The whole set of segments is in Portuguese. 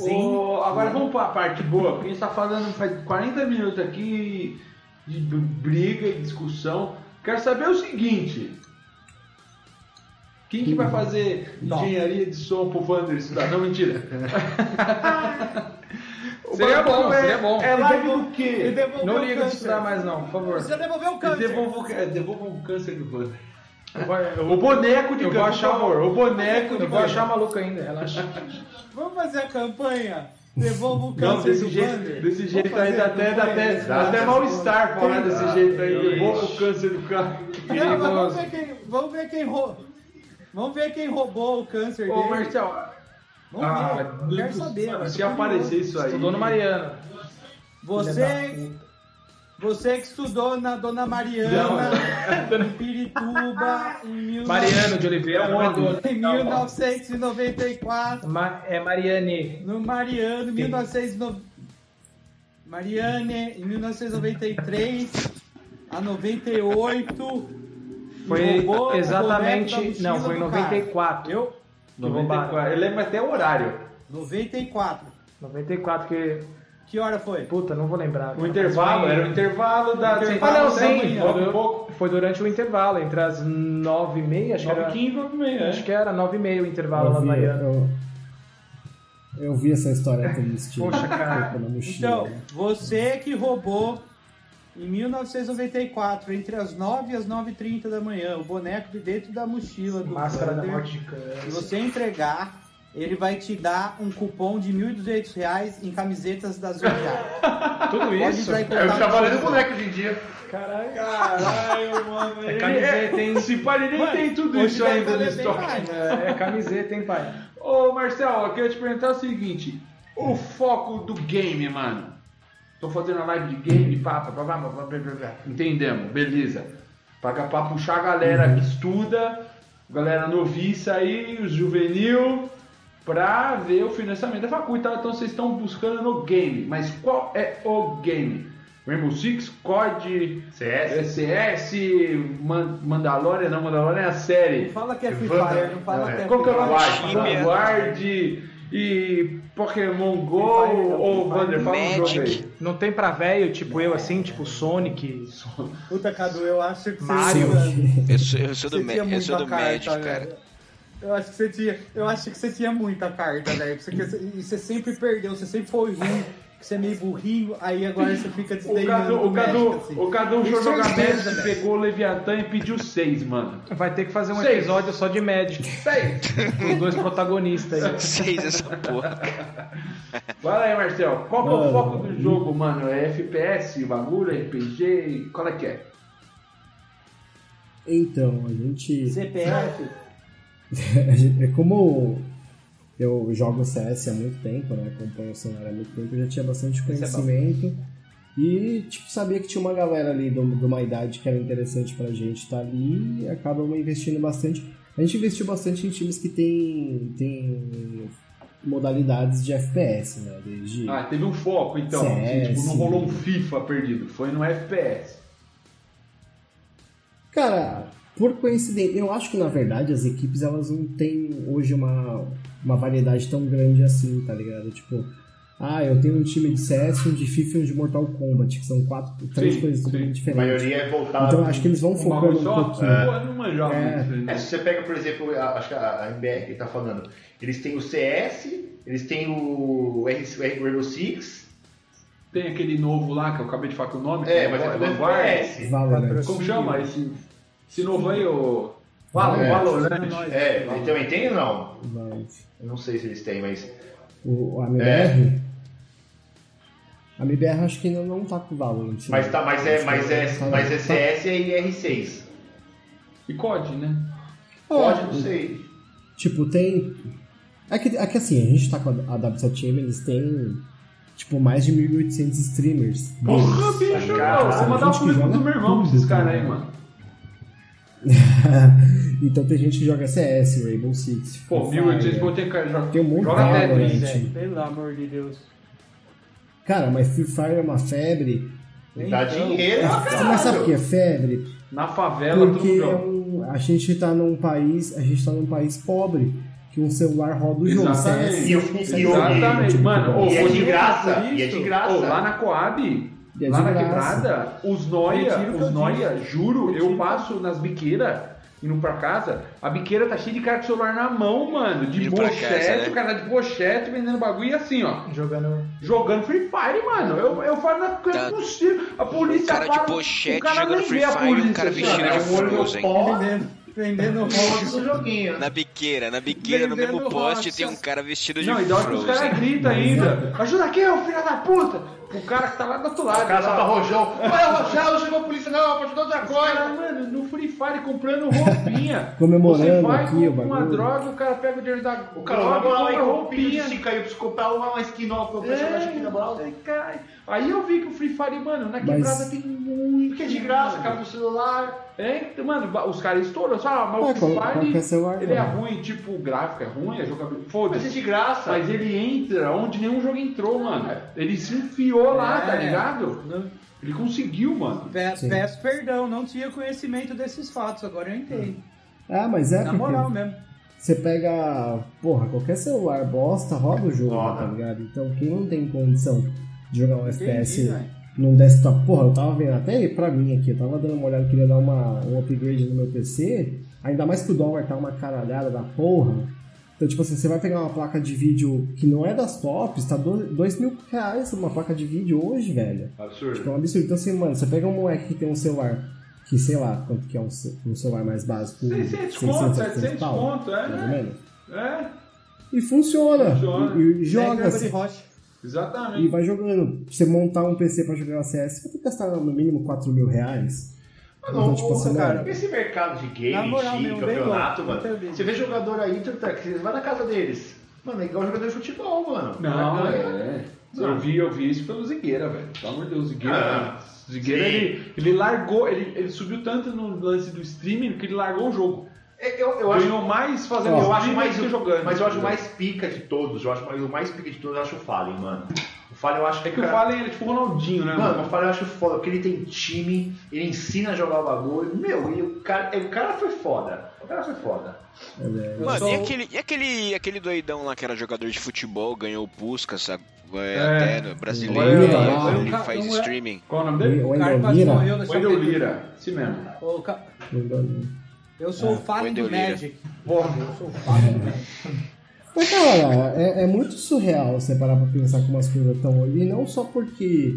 Ô, agora vamos para a parte boa, porque a gente tá falando faz 40 minutos aqui de b- briga e discussão. Quero saber o seguinte. Quem que vai fazer Não. engenharia de som pro Wander estudar? Não, mentira. O Seria bagulho bom, é, seria bom. É live do Ele quê? devolveu Não o liga de câncer. estudar mais não, por favor. Precisa devolver o E câncer. Devolva, o- é, devolva o câncer do Wander. Eu vou- eu O vou- boneco de Eu vou câncer, achar- por favor. O boneco de Eu vou achar câncer. maluco ainda, relaxa. Vamos fazer a campanha. Devolva o câncer Não, desse do jeito, Wander. desse jeito Vamos aí dá fazer a até, dá campanha. até, dá até mal-estar falar desse jeito aí. Devolva o câncer do cara. Não, mas vamos ver quem, vamos ver quem roubou. Vamos ver quem roubou o câncer Ô, dele. Marcel, Vamos ver. Eu quero saber. mano. ah, Se aparecer isso aí. estudou no Mariano. é Você, você que estudou na Dona Mariana, em Pirituba, em, mil- Mariano de Oliveira, É onde? Mariano. em 1994, Ma- É Mariane. no Mariano, 1909 Mariane, em 1993 a 98. roubou Foi o boneco da exatamente. mochila Não, foi em do cara. 94. Eu? 94. Eu lembro até o horário. 94. 94, que. Que hora foi? Puta, não vou lembrar. O intervalo, era o é intervalo da. Ah, intervalo não, da sim. manhã, Foi, Um pouco. foi durante o intervalo, entre as 9 e meia, acho que era. 9h15, 9h30, É, Acho né? que era 9 e meia o intervalo lá Eu do vi, Mariano. eu, eu vi essa história triste. Poxa, cara. Na mochila. Então, você que roubou em 1994, entre as 9 e as 9h30 da manhã, o boneco de dentro da mochila do Máscara da Wander, morte de Se câncer. você entregar, ele vai te dar um cupom de R$ 1.200 reais em camisetas da Zodiac. Tudo Pode isso? entrar em É, eu contato trabalho no comigo. boneco hoje em dia. Caralho. Caralho, mano. É ele- camiseta, hein? Esse pai ele nem Mano, tem tudo hoje isso vai ainda no valer bem estoque. mais. né? É, é camiseta, hein, pai? Ô, Marcel, eu queria te perguntar o seguinte: o foco do game, mano. Tô fazendo a live de game, papo, blá, blá, blá, blá, blá, blá, blá. Entendemos, beleza. Pra, pra puxar a galera que estuda, galera noviça aí, os juvenil, pra ver o financiamento da faculdade. Então vocês estão buscando no game. Mas qual é o game? Rainbow Six, COD, CS. CS, Man- Mandalorian, não, Mandalorian é a série. Não fala que é Free Vanda- Fire, não fala É. que é Qual que é o Free nome? Vanguard. Vanguard e Pokémon Go Free Fire, não, ou Free Fire. Wander? Fala um jogo Magic. aí. Não tem pra velho, tipo eu assim, tipo Sonic. Fire. Puta, Cadu, eu acho que você- Mario. Eu sou, eu sou do, Você mé- tinha eu sou muita do carta, médico, tá cara. velho. Eu acho que você tinha, eu acho que você tinha muita carta, velho. Você, que- e você sempre perdeu, você sempre foi ruim, que você é meio burrinho, aí agora você fica O desdenhando Cadu, do o Cadu, México, assim. o Cadu Tem né? jogou a certeza, Magic, velho. pegou o Leviatã e pediu seis, mano. Vai ter que fazer um Seis. episódio só de Magic, Seis! com os dois protagonistas aí. Seis essa porra. cara. Fala aí, Marcel. Qual que é o Mano, foco do jogo, mano? É FPS, bagulho, RPG? Qual é que é? Então, a gente. CPF. A gente- É como eu jogo CS há muito tempo, né? Acompanho o cenário há muito tempo, eu já tinha bastante é conhecimento. E, tipo, sabia que tinha uma galera ali do- de uma idade que era interessante pra gente estar ali e acabam investindo bastante. A gente investiu bastante em times que tem, tem modalidades de FPS, né? Desde Ah, teve um foco, então. CS. Tipo, não rolou um FIFA perdido. Foi no FPS. Cara, por coincidência, eu acho que na verdade as equipes elas não têm hoje uma, uma variedade tão grande assim, tá ligado? Tipo, ah, eu tenho um time de CS, um de FIFA e um de Mortal Kombat, que são quatro, três Sim, coisas sim. totalmente A diferentes. maioria é voltada. Então acho que eles vão Um focando bagulho um só? pouquinho. Pô, não manjava É. muito, É, né? se você pega, por exemplo, a- acho que a a MBR que tá falando, eles têm o CS, eles têm o R, o R- Rainbow Six, Tem aquele novo lá que eu acabei de falar que o nome. é, que mas é tudo Vanguard. FPS. Valorant. Como chama esse, esse novo aí, o Valorant. Valo- né? É Valorant? nóis. É, eles também tem ou não? Valorant. Eu não sei se eles têm, mas. O, a MBR? É. A MBR acho que ainda não tá com Valorant. né? Mas, tá, mas, é, mas, Tá- é, mas é tá- CS e R6. E COD, né? Pode, não sei. Tipo, tem. É que, é que assim, a gente tá com a a W7M, eles têm, tipo, mais de 1.800 streamers. Porra, Deles. bicho! Caralho, Vou mandar um o gente que currículo joga do meu irmão pra esses tudo, caras aí, cara. mano. Então tem gente que joga CS, Rainbow Six. Pô, Free 1800 Fire. pontos tem cara. Joga, Tem um monte joga de até cara, três. né? velho. Pelo amor de Deus. Cara, mas Free Fire é uma febre. Dá então, dinheiro pra mas sabe caralho. por que é febre? Na favela, Porque tudo é joga. um- a gente tá num país. A gente tá num país pobre. Que um celular roda o jogo. Exatamente. CS, E o- a gente consegue e o- jogar. Exatamente, Tipo, mano. E é ô, de por graça, isso- e é de graça. ô, lá na Coab, E é lá de na graça. quebrada, os Retiro noia, o que os eu noia, juro, Retiro. eu passo nas biqueiras. Indo pra casa, a biqueira tá cheia de cara com o celular na mão, mano. De Indo pra pochete, casa, né? o cara tá de pochete vendendo bagulho e assim, ó. Jogando. Jogando Free Fire, mano. Eu, eu falo, não é Tá. possível. A polícia Um cara de para, pochete é o cara jogando nem Free vê a Fire e um polícia, cara assim, ó. vestido de Cara, é um olho Frozen. pó Vendendo, vendendo Fox rock. no Tipo um joguinho. né? Na biqueira, na biqueira, no Vendendo mesmo poste, roça. tem um cara vestido de Não, e dá hora que os Frozen. caras gritam ainda. Ajuda aqui, ô filho da puta! O cara que tá lá do outro lado. O cara só tá lá. rojão. Vai, Rojão, chegou a polícia, não, pode dar outra Os caras, coisa. mano, no Free Fire comprando roupinha. Comemorando Você vai aqui com o uma bagulho. droga, o cara pega o dinheiro da O cara, droga na e moral, aí compra roupinha roupinha. é de cinco aí, eu preciso comprar uma, uma skin nova pro personagem aqui, na moral. É, cai. Aí eu vi que o Free Fire, mano, na Mas- quebrada tem muito. Porque é de graça, acaba no celular. É, então, mano, ba- os caras estouram. Só, ah, mas É, o Free qual- Fire, qual que é seu argumento? ele é ruim, tipo, o gráfico é ruim, a jogabilidade. Mas é Foda-se. de graça. Mas ele entra onde nenhum jogo entrou, mano. Ele se enfiou lá, tá É. ligado? né? Ele conseguiu, mano. Pe- Sim. Peço perdão, não tinha conhecimento desses fatos, agora eu entendo. Ah, mas é Na porque moral mesmo. você pega, porra, qualquer celular bosta, roda o jogo, tá Roda. ligado? Então quem não tem condição de jogar um FPS Entendi, velho. num desktop. Porra, eu tava vendo até pra mim aqui, eu tava dando uma olhada, queria dar uma, um upgrade no meu PC, ainda mais que o dólar tá uma caralhada da porra. Então, tipo assim, você vai pegar uma placa de vídeo que não é das tops, tá do- dois mil reais uma placa de vídeo hoje, velho. Tipo, Absurdo. é um absurdo. Então, assim, mano, você pega um moleque que tem um celular, que sei lá quanto que é um, ce- um celular mais básico, 600 conto, 700 pau, tá conto, é, mais ou né? menos. É, E funciona. Funciona. E, e É, joga. grama de rocha. exatamente. E vai jogando. Você montar um PC pra jogar CS, você tem que gastar no mínimo 4 mil reais. Ah, Não, assim, cara, mano, esse mercado de Na game, moral, time, meu, bem campeonato, louco, mano. entendi. Você vê jogador aí, truta, que você vai na casa deles. Mano, é igual jogador de futebol, mano. Não, Cara, ganha. é. Eu vi, eu vi isso pelo Zigueira, velho. Pelo amor de Deus, Zigueira. Ah, Zigueira, sim. ele, ele largou, ele, ele subiu tanto no lance do streaming que ele largou o jogo. É, Eu, eu acho Ganhou mais fazendo Ó, Eu acho streaming mais do que o- jogando. Mas eu acho o mais pica de todos. Eu acho mais, o mais pica de todos, eu acho o Fallen, mano. O Fallen eu acho É que o cara- Fallen ele é tipo o Ronaldinho, né, Mano, mano? o Fallen eu acho foda, porque ele tem time, ele ensina a jogar o bagulho. Meu, e o cara, e o cara foi foda. O cara foi foda. é, Mano, sou- e, aquele, e aquele, aquele doidão lá que era jogador de futebol, ganhou o Puskas, a- é, É. até no brasileiro, Olha, aí, olha, ele olha, faz olha. streaming. Qual o nome é, dele? o O cara Wendel quase Lira. morreu na Wendel chapeleira. Lira, esse assim mesmo. Ô, ca- Wendel Lira. Eu sou o Fallen Wendel do Lira. Magic. Eu sou o Fallen do Magic. Mas, cara, é, é muito surreal você parar pra pensar como as coisas estão hoje. E não só porque,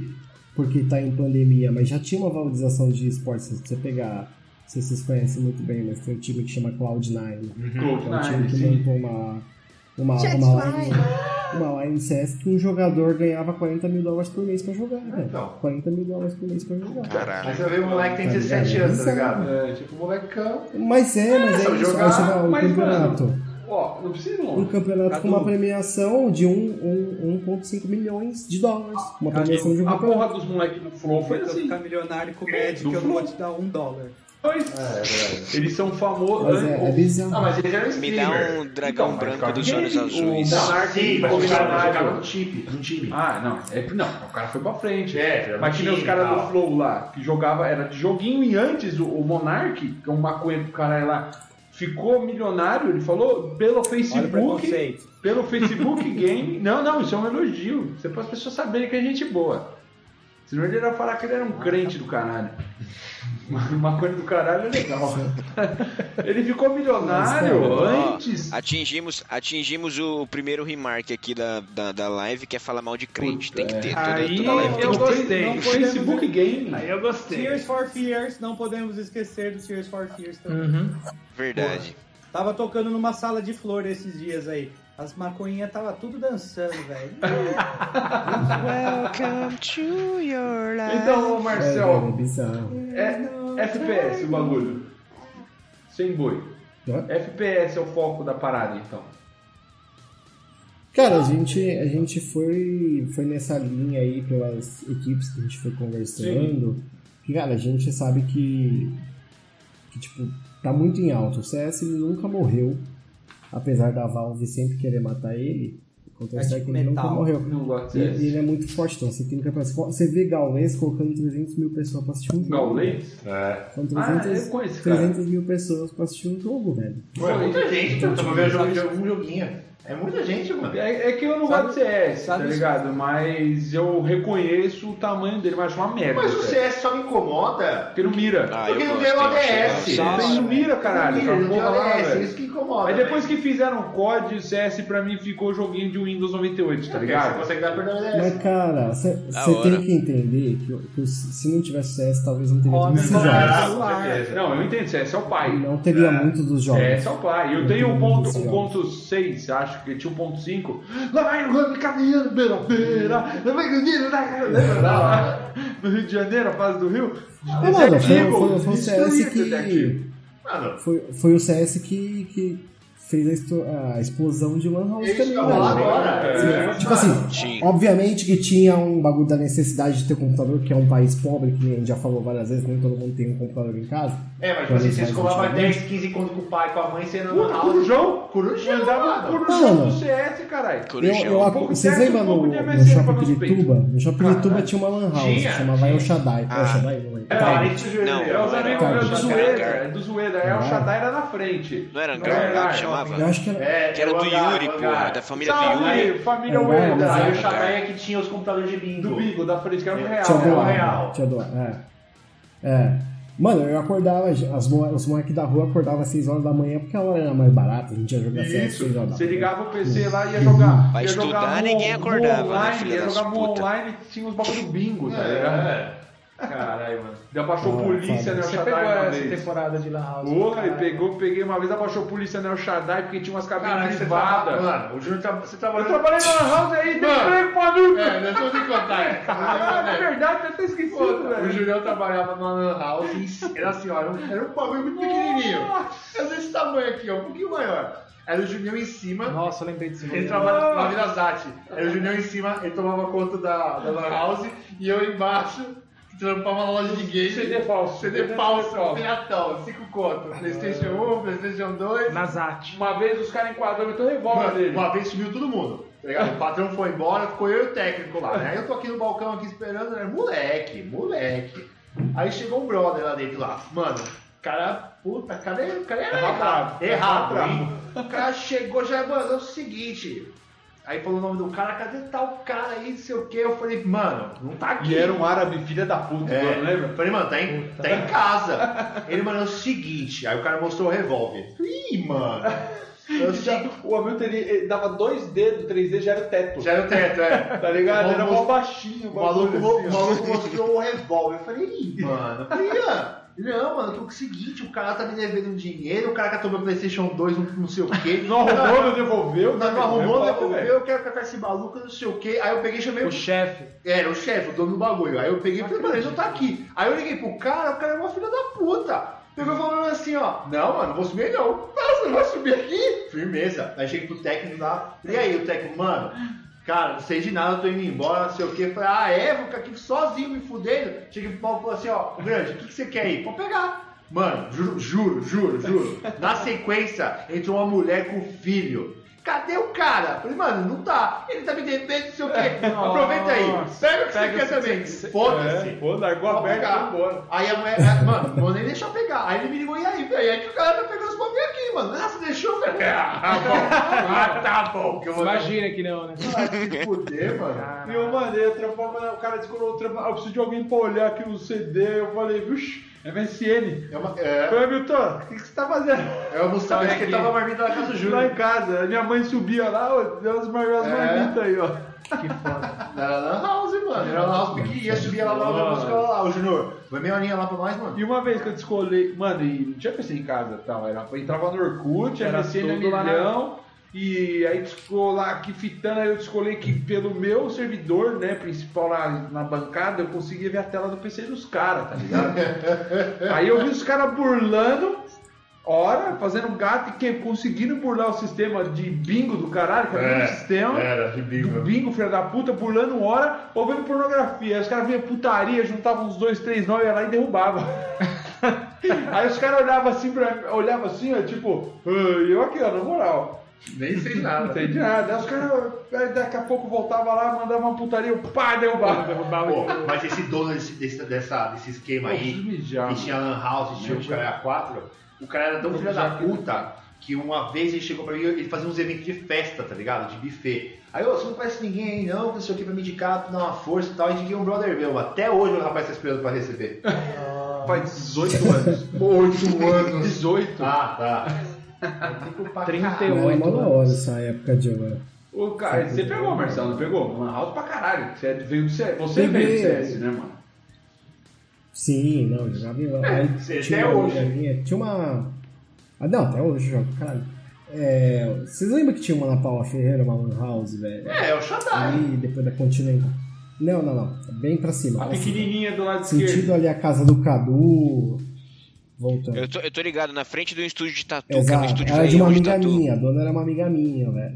porque tá em pandemia, mas já tinha uma valorização de esportes. Se você pegar, não sei se vocês conhecem muito bem, mas tem um time que chama Cloud9. Uhum. Cloud Que é um time Nine, que sim. montou uma, uma, uma, line, uma line CS que um jogador ganhava 40 mil dólares por mês pra jogar, né? velho. Então. 40 mil dólares por mês pra jogar. Aí Caralho. você vê um moleque que tem Tá 17 ligado? anos, tá ligado? É, tipo, molecão. Mas é, mas é, só isso. jogar, Aí você vai lá, um mas, campeonato. Ó, não precisa ir um longe. campeonato Cadu. com uma premiação de um- um- 1,5 milhões de dólares. Uma premiação de um A campeonato. porra dos moleques do Flow foi Eu vou assim. ficar milionário com o Magic, Do eu não vou Flu. te dar um dólar. É, Dois. Eles são famosos. Mas né? é, é bizarro. Ah, mas ele era um Me dá streamer. um dragão Então, vai branco ficar dos com olhos Então, ele, azuis. o- Não, sim, mas o cara jogava no time. No time. Ah, não. É, não, o cara foi pra frente. É, era no Mas tinha os time caras e tal. do Flow lá, que jogava, era de joguinho, e antes o, o Monark, que é um maconha do caralho lá, ficou milionário, ele falou, pelo Olha o Facebook, preconceito. pelo Facebook Game. Não, não, isso é um elogio. Você para as pessoas saberem que é gente boa. Senão ele ia falar que ele era um crente do caralho. Maconha do caralho é legal. ele ficou milionário Ó, antes. atingimos, atingimos o primeiro remark aqui da, da, da live, que é falar mal de crente. Tem que ter. Toda, Aí toda live tem eu que ter. gostei. Não podemos- Facebook Game. Aí eu gostei. Tears for Fears, não podemos esquecer do Tears for Fears Hum. também. Uhum. Verdade. Tava tocando numa sala de flor esses dias aí. As maconhinhas tava tudo dançando, velho. Welcome to your Então, ô, É, velho, é Marcel, bizarro. é FPS o bagulho. Sem boi. Hã? FPS é o foco da parada, então. Cara, a gente, a gente foi, foi nessa linha aí pelas equipes que a gente foi conversando. Que, cara, a gente sabe que, que tipo, tá muito em alta. O CS ele nunca morreu, apesar da Valve sempre querer matar ele. É Counter-Strike tipo ele nunca metal. morreu. Não gosto E, de e CS. ele é muito forte, então você tem que Você vê Gaules colocando 300 mil pessoas pra assistir um jogo. Gaulês? É. São Ah, 300, eu conheço esse cara. 300 mil pessoas pra assistir um jogo, velho. Ué, é muita gente, pô, só pra ver jogo, jogo- um joguinho. É muita gente, mano. É, é que eu não Sabe- gosto de CS, sabe- tá ligado? Mas eu reconheço o tamanho dele, mas acho uma merda. Mas o cara. CS só me incomoda Porque não mira. Ah, porque eu não gosto, tem o eu acho ADS. legal. Ah, Ele não mira, caralho. Não é tem essa porra lá, ADS, velho. isso que incomoda. Aí depois velho. que fizeram o COD, o CS pra mim ficou o joguinho de Windows 98, tá É, Porque Você ligado? consegue dar perda no ADS. Mas, cara, você Da tem hora. que entender que, o- que o- se não tivesse CS, talvez não teria Ó, tá, muitos meu jogos. Deus. Ah, com certeza. Não, eu entendo, CS é o pai. Não teria muitos dos jogos. CS é o pai. Eu Eu tenho tenho o ponto, muitos o ponto 6, acho que tinha o ponto 5. Lá vai o Rami caminhando beira a beira, lá vai Gandeira, lá- lembra lá? No Rio de Janeiro, a fase do Rio? É Ah, mano, foi, foi- foi o CS que. Mano, Foi, foi o CS que, que fez a, esto- a explosão de Lan House eles também, estão lá velho. agora. É. Tipo assim, Tinha. Obviamente que tinha um bagulho da necessidade de ter um computador, que é um país pobre, que a gente já falou várias vezes, nem todo mundo tem um computador em casa. É, mas tipo assim, você Mas, escolava gente, 10, 15 conto com o pai, com a mãe, você não O Corujão? Tá. Corujão, Mandava o mano. Corujão Mano. do CS, caralho. Eu, eu, Corujão. pouco vocês certo, lembram um pouco no, de no MSN pra Shopping nós Pirituba? No Shopping Pirituba Caralho. tinha uma lan house, Tinha, que chamava tinha. El Shaddai. Ah. El Shaddai, não lembro. É, Tá. parente do Não, É os não amigos era meus do Hangar. Zueda, é do Zueda. É o Não. Shaddai era na frente. É, Não era Não era Angar Hangar. que chamava? Eu acho que era... É, Que era o do hangar, Yuri, o porra, hangar. da família né? do Salve, Yuri. família É, Ueda. Aí o Hangar. Chacai é que tinha os computadores de bingo. Do bingo, da frente, que É. era um real. Tinha era um doado. real. Tinha doado, é. É. Mano, eu acordava, as mo- os moleques da rua acordavam às 6 horas da manhã, porque a hora era mais barata, a gente ia jogar CS às Isso, 6 horas Tá da você manhã. ligava o PC lá e ia jogar. Pra ia jogar estudar, Mu- ninguém Mu acordava, né, online, filha Ia das jogar Mu puta. online e tinha os bagulho do bingo, tá ligado? É. Caralho, mano. Já baixou Ah, polícia, foda. né? O Você pegou Shaddai uma essa vez. temporada de Lan House? Porra, caralho? ele pegou, peguei uma vez, abaixou a polícia, né? O Shaddai, porque tinha umas cabines Caralho, você tá trabalha. privadas. Mano, o Júnior tá. Você Eu trabalhou. trabalhei na House aí, deu Mano. emprego pra mim. É, deixa eu te contar. Ah, é Caralho, verdade, eu até esqueci, Pô, O velho. Julião trabalhava numa lan house e era assim, ó, era um, era um bagulho muito pequenininho. Era desse tamanho aqui, ó, um pouquinho maior. Era o Julião em cima, Nossa, eu lembrei disso. ele trabalhava na Vila Zate. Era o Julião em cima, ele tomava conta da, da lan house e eu embaixo trampava na loja de game. CD falso. CD é falso, né? piratão, 5 assim, conto. Playstation 1, Playstation 2. Na Zat. Uma vez os caras enquadraram, então revólver Mano, dele. uma vez sumiu todo mundo, tá ligado? O patrão foi embora, ficou eu e o técnico lá, né? Aí eu tô aqui no balcão aqui esperando, né? Moleque, moleque. Aí chegou um brother lá dentro lá. Mano, o cara, puta, o cara, o cara era errado. Tá Errado. Errado, Errado. hein? O cara chegou já, mano, é o seguinte. Aí falou o nome do cara, cadê tal cara aí, não sei o quê? Eu falei, mano, não tá aqui. E era um árabe filha da puta, É. mano, lembra? Eu falei, mano, tá em, tá em casa. Ele, mano, é o seguinte. Aí o cara mostrou o revólver. Ih, mano. É o Já- o Hamilton ele, ele dava dois dedos, três dedos, já era o teto. Já era o teto, é. Tá ligado? O Era maluco- mó baixinho. O maluco, bagulho, o assim, ó. maluco mostrou o revólver. Eu falei, Ih, mano, cria. Não, mano, que é o seguinte, o cara tá me devendo dinheiro, o cara que tomou o Playstation 2, não, não sei o quê. Tá, Não arrumou, não devolveu. Tá né? Não, não arrumou, não Foda, devolveu, velho. eu quero ficar com esse maluco, não sei o quê. Aí eu peguei e chamei O o chefe. era o chefe, o dono do bagulho. Aí eu peguei e falei, mano, ele não tá aqui. Aí eu liguei pro cara, o cara é uma filha da puta. Pegou e falou assim, ó, não, mano, não vou subir aí não. Ah, você não vai subir aqui? Firmeza. Aí cheguei pro técnico lá, e aí o técnico, mano, cara, não sei de nada, eu tô indo embora, não sei o quê. Falei, ah, é, vou ficar aqui sozinho me fudendo. Cheguei pro pau e falou assim, ó, o grande, o que, que você quer aí? Pode pegar. Mano, juro, juro, juro, juro. Na sequência, entrou uma mulher com filho. Cadê o cara? Falei, mano, não tá. Ele tá me devendo, não sei o quê. Aproveita aí. Pega o que você quer também. É, Foda-se. Pô, largou Vou aberto e foi pegar. embora. Aí a mulher, ah, mano, não vou nem deixar pegar. Aí ele me ligou, e aí, velho? Aí que o cara tá pegando os bagulho aqui, mano. Ah, você deixou? Eu falei, Ah, bom. Ah, tá bom. Que eu vou Imagina que não, né? Ah, se fuder, mano. E eu mandei, eu trampava, o cara descolou o trampo. ah, Eu preciso de alguém pra olhar aqui no CD. Eu falei, vixi, MSN. É uma, é, Ô, Hamilton, o que, que você tá fazendo? eu almoçava, eu esquentava a marmita na casa do Lá Júlio. em casa, minha mãe subia lá, ó, deu as mar- as É. marmitas aí, ó. Era lan house, mano. Era lan house pequenininha, subia lá, lá, lá, lá, lá. O Júnior, vai meia horinha lá pra nós, mano. E uma vez que eu descolei, mano, e não tinha PC em casa e tal, era, eu entrava no Orkut, Era MSN a tudo lá na- milhão, e aí descolar aqui fitando, aí eu descolei que pelo meu servidor, né, principal lá na bancada, eu conseguia ver a tela do PC dos caras, tá ligado? aí eu vi os caras burlando, hora, fazendo gato e que, conseguindo burlar o sistema de bingo do caralho, que É, era o sistema. É, Era, de Do bingo, filha da puta, pulando hora ou vendo pornografia. Aí Os caras vinham putaria, juntavam uns dois, três, nove ia lá e derrubava. Aí os caras olhavam assim, pra, olhavam assim, ó, tipo, "Ah", e eu aqui, ó, na moral. Nem sei Não nada. entendi nada. Aí os caras, aí daqui a pouco voltava lá, mandava uma putaria, eu pá, derrubava. Pô, Derrubava. mas esse dono desse, desse, dessa, desse esquema Pô, aí, preciso mijar, que mano. tinha Lan House, tinha o cara 4, o cara era tão Vou filho da mijar aqui. puta que uma vez ele chegou pra mim, ele fazia uns eventos de festa, tá ligado? De buffet. Aí, ô, você não conhece ninguém aí não, não sei o que, pra me indicar, pra dar uma força e tal. Eu indiquei um brother meu, até hoje o rapaz tá esperando pra receber. Faz 18 anos. 8 anos. 18? Ah, tá. Eu fico pra 31. caralho. Era mó Oito né? da hora essa época de Lan. O cara, você pegou, Marcelo, não pegou? Lan House pra caralho. Você é, veio do CS. Você Peguei. veio do CS, né, mano? Sim, não, eu jogava em LAN. Aí você tinha até uma hoje. amiga minha- tinha uma. Ah, não, até hoje eu jogo, caralho. É, vocês lembram que tinha uma na Paula Ferreira, uma Lan House, velho? É, é o Shaddai. Aí depois da Continental. Não, não, não. Bem pra cima. A Assim, pequenininha do lado esquerdo. Sentido ali a casa do Cadu. Voltando. Eu tô, eu tô ligado, na frente do estúdio de tatu, cara, um Exato. estúdio Era de velhão uma amiga tatu. minha. A dona era uma amiga minha, velho.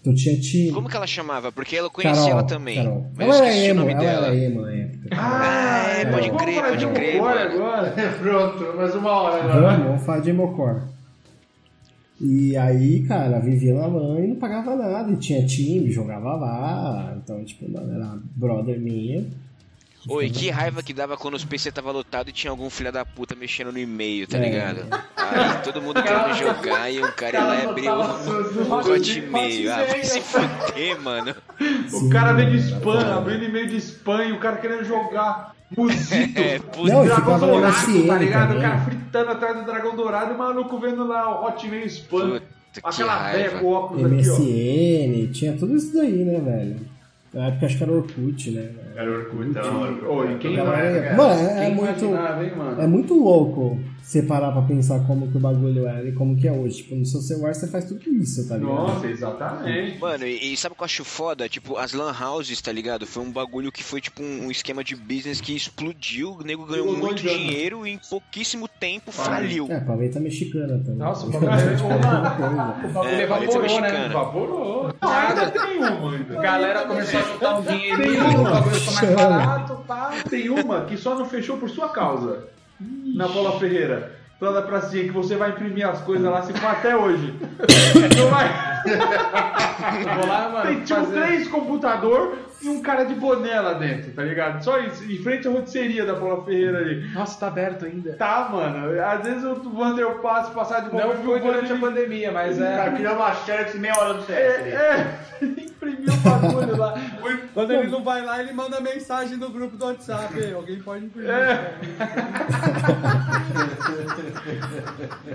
Então tinha time. Como que ela chamava? Porque ela conhecia Carol, ela também. Carol. Mas eu Ela era esqueci o emo, nome ela dela. era emo na época. Ah, é, pode vamos crer, falar pode de crer, Homocor mano. agora. Pronto, mais uma hora agora. Vamos, vamos falar de Emocor. E aí, cara, vivia na LAN e não pagava nada. E tinha time, jogava lá. Então, tipo, mano, era brother minha. Oi, que raiva que dava quando os PC tava lotado e tinha algum filho da puta mexendo no e-mail, tá É. ligado? Aí todo mundo querendo jogar e o cara ia lá e abriu um Hotmail. Ah, vai se fuder, mano. O cara veio de Espanha, spam, abrindo e-mail de spam, e o cara querendo jogar. Musito. É, Não, puta. eu Dragão ficava na Dourado, SN tá ligado? O também. cara fritando atrás do Dragão Dourado e o maluco vendo lá o Hotmail Spam. Puta, que Aquela velha com raiva. óculos aqui, MSN, tinha tudo isso daí, né, velho? Na época acho que era Orkut, né? Era o Orcutão, ó. Ô, e Então, quem Era- não é, Mano, cara? é, é Quem muito. imaginava, hein, mano? É muito louco você parar pra pensar como que o bagulho era e como que é hoje. Tipo, no seu celular você faz tudo isso, tá ligado? Nossa, exatamente. Mano, e, e sabe o que eu acho foda? Tipo, as lan houses, tá ligado? Foi um bagulho que foi tipo um, um esquema de business que explodiu, o nego ganhou Durou muito dois anos. dinheiro e em pouquíssimo tempo faliu. É, paleta mexicana também. Nossa, o Tá bagulho é ligado? O É, bagulho paleta evaporou, né? mexicana. Evaporou. Nada tem uma ainda. A galera começou a juntar um Tem dinheirinho, o uma, bagulho ficou mais barato, pá. Tem uma que só não fechou por sua causa. Na Paula Ferreira. Lá da pracinha que você vai imprimir as coisas lá, se for até hoje. Não vai. Eu Vou lá, mano, Tem tipo fazer... três computador e um cara de boné lá dentro, tá ligado? Só isso. Em frente à rotisseria da Paula Ferreira ali. Nossa, tá aberto ainda. Tá, mano. Às vezes o Wander eu passo, passar de Não eu vi foi o durante a Wander- pandemia, mas O cara é... criou uma xerox meia hora do CS ali. É, é. Imprimiu o bagulho lá. Quando ele não vai lá, ele manda mensagem no grupo do WhatsApp. É. "Ei, Alguém pode me pedir.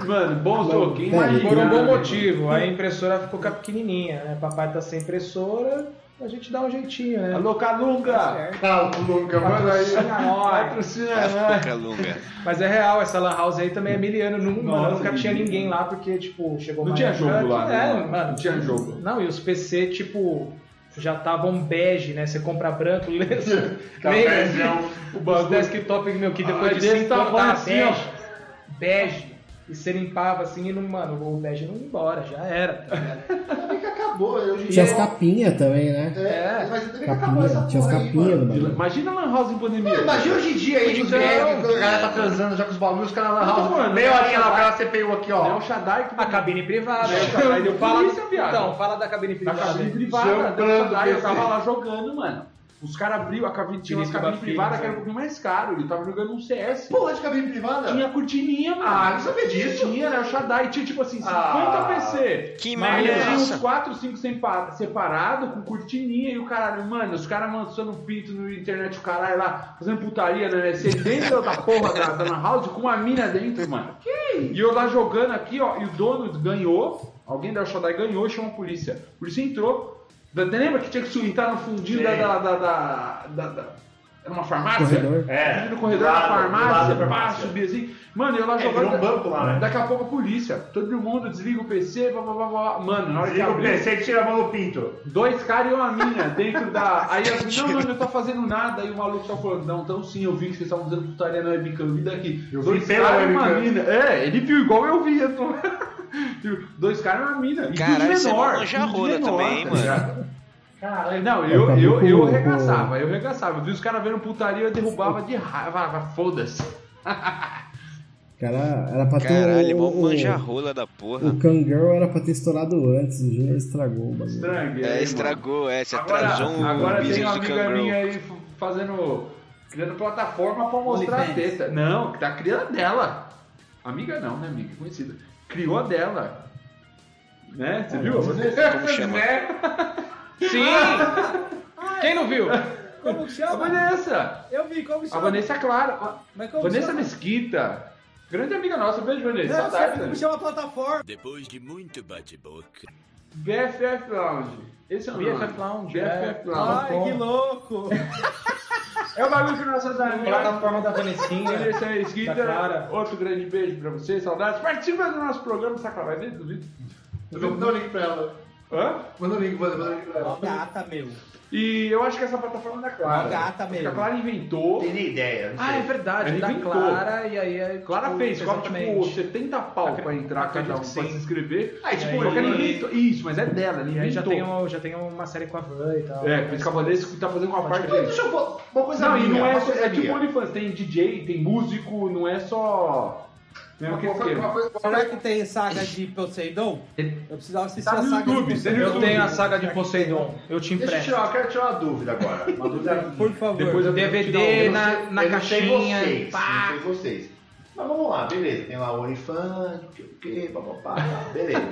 Mano, bons toques. peraí. Por um bom motivo. A impressora ficou com a pequenininha, né? Papai tá sem impressora, a gente dá um jeitinho, né? Alô, Calunga! Calma, Luca, manda aí. Tá Patrocina nós. Patrocina nós. Boca longa. Mas é real, essa lan house aí também é miliano. Não, Nossa, mano, nunca tinha menino. ninguém lá, porque, tipo, chegou Não uma tinha época jogo que- lá, né, É, mano? mano. Não tinha jogo. Não, e os PC, tipo, já estavam bege, né? Você compra branco, lembra? Tá Cafézão. O Tá né? Os bagulho. desktop, meu, que depois Ah, de desse 5 anos tamanho tava assim, assim, ó. bege. Bege. E você limpava assim e não, mano, o bege não ia embora, já era. tá ligado? Também que acabou. Hoje em Tinha as dia- capinhas também, né? É, mas também que acabou essa Capinha, né? tinha as porra aí, capinhas mano. do bagulho. Imagina Lan House em pandemia. Mano, Imagina hoje em dia aí, né? de Então, velho, que o cara tá transando já com os bagulhos, os caras lá na Então, house. mano, Meia é não, horinha lá, não, o cara CPU aqui, É ó. o Shaddai que A cabine privada. Né? Aí deu É. fala, polícia, viado. então, fala da cabine na privada. tá cabine aí. privada. deu Jogando, Shaddai, eu PC. tava lá jogando, mano. Os caras abriu a cabine, tinha umas Felipe cabines Bafini, privadas que né? era um pouquinho mais caro. Ele tava jogando um CS. Porra de cabine privada? Tinha cortininha, mano. Ah, não sabia disso. Tinha, né? O Shaddai tinha tipo assim, 50 Ah, PC. que Mas merda é tinha uns essa? 4, 5 separados, com cortininha e o caralho, mano, os caras lançando pinto no internet, o caralho lá, fazendo putaria na MSC dentro da porra da, da Lan House com uma mina dentro, mano. E eu lá jogando aqui, ó, e o dono ganhou, alguém da Shaddai ganhou e chamou a polícia. A polícia entrou. Da- Lembra que tinha que su- entrar no fundinho da, Sim. da, da, da, da- da- Era uma farmácia? Corredor. É, Subi no corredor da do lado- do lado farmácia, da pá, farmácia. subir assim. Mano, eu lá É, virou jogando. um banco lá, né? Daqui a pouco a polícia, todo mundo desliga o PC, blá blá blá blá. Mano, na hora que Liga o abriu, PC e tira a mão do pinto. dois caras e uma mina dentro da. Aí eu assim, não, mano, eu tô fazendo nada. Aí o maluco tá falando, não, então sim, eu vi que vocês estavam fazendo putaria na webcam, eu vi daqui. Eu vi dois pela caras e uma webcam. mina. É, ele viu igual eu vi. eu tô- Viu? Dois caras e uma mina. E Caralho, tudo você é menor. mó manja tudo rola menor, também, hein, tá mano? ligado? Caralho, não, Eu eu, tava eu, com- eu com- arregaçava, eu arregaçava. Eu vi os caras vendo putaria, eu derrubava de raiva, falava, foda-se. Cara, era pra ter. Caralho, um o, mó o- manjarrola da porra. O Kangirl era pra ter estourado antes, o Júnior estragou o bagulho. Estranho, É, hein, estragou, é, você mano? Agora, atrasou um agora tem uma business do amiga Kangaroo. minha aí f- fazendo. criando plataforma pra mostrar a OnlyFans. teta. Não, que tá criando a dela. Amiga não, né, amiga? Conhecida. Criou a dela. Né? Você viu? como chama? Né? Sim! Quem não viu? Como que A chama? Vanessa! Eu vi, como que A chama? Vanessa Clara. Mas A como Vanessa chama? Mesquita. Grande amiga nossa, beijo, Vanessa. Não, Saudades, né? sabe como Vanessa. chama a plataforma? Depois de muito bate-boca. BFF Lounge. Esse é o nome. BFF Lounge, BFF Lounge. é. Ai, que louco! É o bagulho que tá nossas tá amigas. Plataforma da Vanessinha. Vanessa Esquita, Da Clara. outro grande beijo pra você, saudades. Participa do nosso programa, sacanagem, nem duvido. Manda um link pra ela. Hã? Manda um link, manda manda um link pra Ó, ela. Gata, meu. E eu acho que essa plataforma é da Clara. Uma gata Acho mesmo. que A Clara inventou. Tem nem ideia, não Ah, é sei. verdade, Ele da inventou. Clara e aí. é, Clara tipo, fez, cobra tipo exatamente. 70 pau pra entrar cada acredito um pra que se sim. inscrever. Aí, tipo, aí- só que ela inventou. Isso, mas é dela, ela E aí inventou. já tem, uma, já tem uma série com a Van e tal. É, com esse cavaleiros que tá fazendo uma parte dele. então Deixa eu falar uma coisa Não, e minha, não é, uma só- coisa é tipo minha. OnlyFans, tem DJ, tem músico, não é só. Mesmo né? que é? Uma coisa- uma esquema. coisa- uma Será coisa- que tem saga de Poseidon? Eu precisava assistir Tá a no saga YouTube, de tem no Poseidon. Eu tenho a saga de Poseidon, eu te Deixa eu empresto. tirar, eu quero tirar uma dúvida agora. Uma dúvida Por favor. Depois eu tenho que te dar DVD um- na- na eu não sei caixinha, Vocês, pá. eu Não sei vocês. Mas vamos lá, beleza. Tem lá o OnlyFans, o que, o que, papapá, beleza.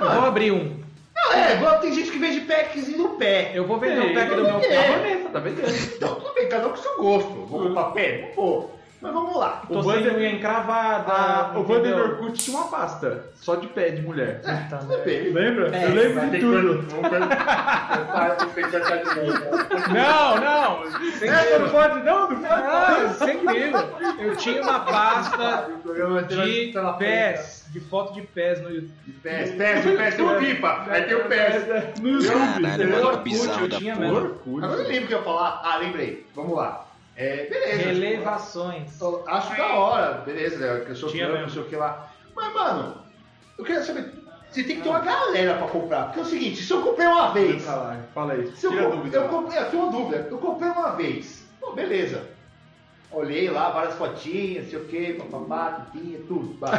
Vou abrir um. Não, é, igual tem gente que vende packzinho no pé. Eu vou vender o pack do meu É. É, a Vanessa, tá vendendo. Então, tudo bem, cada um com seu gosto. Vou comprar pé? Não vou. Mas vamos lá. Tô O sem Vander- unha encravada. Ah, Ah, o Vander entendeu? É Tá, Orkut tinha uma pasta só de pé de mulher. Puta Tudo merda. bem. Lembra? É, eu lembro vai de tudo. um Não, não. Sem Essa um não medo. pode, não? Não pode. Não, sem medo. Eu tinha uma um pasta de pés, de foto de pés no YouTube. Pés, pés, pés, tem o pipa. Aí tem o pés. No YouTube. Caralho, Orkut, mano, eu que bizarro da tinha porra. mesmo. Agora eu Orkut. lembro o que eu ia falar. Ah, lembrei. Vamos lá. É, beleza. Relevações. Eu Acho da hora, beleza, né? que eu sou Tinha fã, não mesmo. sei o que lá. Mas, mano, eu quero saber. Você tem que ter uma galera pra comprar. Porque é o seguinte, se eu comprei uma vez. Fala aí, Se eu, tira a com- dúvida. eu comprei, eu tenho uma dúvida. Eu comprei uma vez. Pô, beleza. Olhei lá, várias fotinhas, não sei o que, papapá, tinha tudo. pá.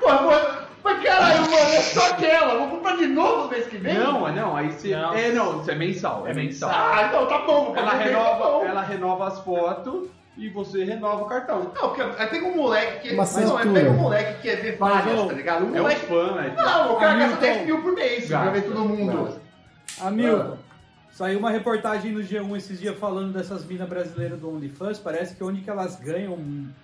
Pô, mas, mas caralho, mano, é só aquela. Vou comprar de novo mês que vem? Não, não, aí você. Não. É, não, isso é mensal. É mensal. Ah, então tá bom, vou Ela comprar de novo. tá bom. renova, ela renova as fotos e você renova o cartão. Não, porque aí pega um moleque que. Uma não, aí pega assinatura. um moleque que quer ver várias, tá ligado? Um É um moleque. fã, né? Não, o cara gasta Hamilton. 10 mil por mês pra Gasta, ver todo mundo. gasta. Hamilton, saiu uma reportagem no G1 esses dias falando dessas minas brasileiras do OnlyFans. Parece que onde que elas ganham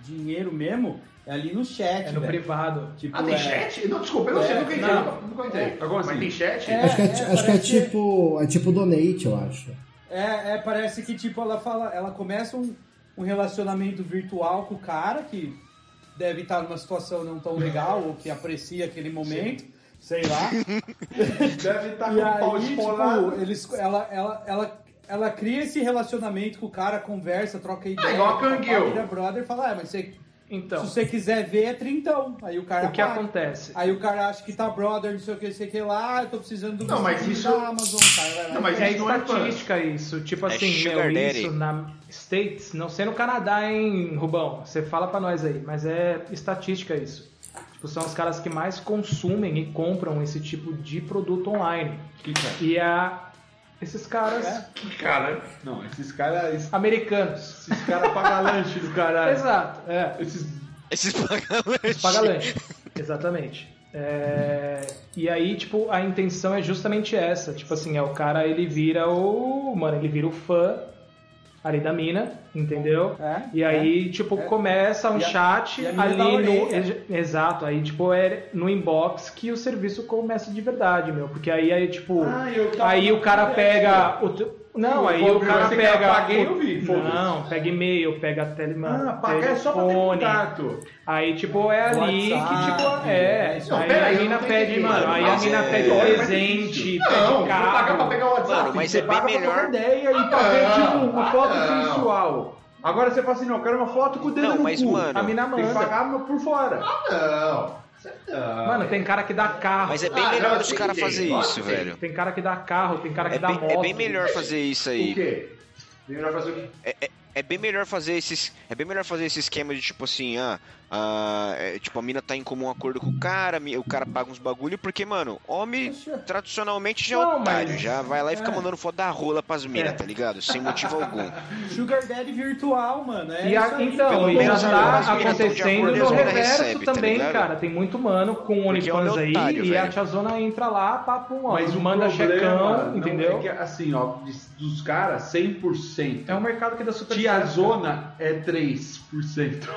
dinheiro mesmo é ali no chat, É no velho. privado. Tipo, Ah, tem é- chat? Não, desculpa, eu não sei, nunca entrei. não. Nunca entrei. Como É, assim? Mas tem chat? É, acho que é, ti- é, acho que é parece- tipo. É tipo donate, eu acho. É, é, parece que tipo ela fala, ela começa um, um relacionamento virtual com o cara que deve estar numa situação não tão legal ou que aprecia aquele momento, sei lá. Deve Tá estar com E um o pau aí, esfolado. tipo, eles, ela, ela, ela, ela cria esse relacionamento com o cara, conversa, troca ideia. É, igual a papai Kangirl. vira brother e fala, ah, mas você- Então, se você quiser ver, é trintão. Aí o cara o que paga. acontece? Aí o cara acha que tá brother, não sei o que, não sei o que lá, ah, eu tô precisando do Não, vestido mas isso- da Amazon, cara. vai lá Não, e mas É isso não é estatística isso. Tipo É assim, sugar meu, daddy. isso na States, não sei no Canadá, hein, Rubão? Você fala pra nós aí, mas é estatística isso. Tipo, são os caras que mais consumem e compram esse tipo de produto online. Que cara? E a esses caras Que cara. Não, esses caras. Esses americanos. caras pagam lanche do caralho. Exato, é. Esses. Esses pagalanches. Paga lanche. Exatamente. É, E aí, tipo, a intenção é justamente essa. Tipo assim, é o cara, ele vira o. Mano, ele vira o fã ali da mina, entendeu? É, E aí, tipo, começa um E a- chat e a mina ali dá no. orelha. Exato, aí, tipo, é no inbox que o serviço começa de verdade, meu. Porque aí, aí tipo. Ah, então aí o cara pega. O te- Não, aí Pô, o cara você quer pega. pagar, eu o- vi, foda-se. Não, pega e-mail, pega tele... Ah, pagar é só pra ter telefone. contato. Aí, tipo, é ali WhatsApp, que, tipo, é. Não, aí pera aí, a eu mina não pede, entendi. mano. Aí a Mas mina é- pede Olha, mas presente, Não, pede vou pagar pra carro. pegar o WhatsApp. Mano, mas Você é bem paga pra trocar melhor. ideia e pra Ah, ver, tipo, uma ah, foto não. sensual. Agora você fala assim, não, eu quero uma foto com o dedo Não, no mas, cu. mano, A mina Tem que manda. pagar por fora. Não. Você não. Mano, tem cara que dá carro. Mas é bem Ah, melhor não, os caras tem, fazer tem, isso, tem. velho. Tem cara que dá carro, tem cara que É dá bem, moto. é bem melhor fazer isso O aí. quê? Tem melhor fazer o quê? É, é- é bem melhor fazer esses é bem melhor fazer esse esquema de tipo assim ah, ah, é, tipo a mina tá em comum acordo com o cara mi- o cara paga uns bagulho porque mano homem tradicionalmente já é Não, otário mas- já vai lá e fica é. mandando foto da rola pras minas É. tá ligado sem motivo algum Sugar Daddy virtual, mano. É E a- isso aí. então, Pelo e já menos as tá minas tão de acontecendo acordo e no as minas reverso recebem, tá também, ligado? cara. Tem muito mano com Porque é um OnlyFans aí otário, e a velho. tiazona entra lá, um papum, ó, Mas o manda problema, checão, não, entendeu? É que, assim, ó, de- dos caras, 100%. É um mercado que dá super Tiazona é 3%.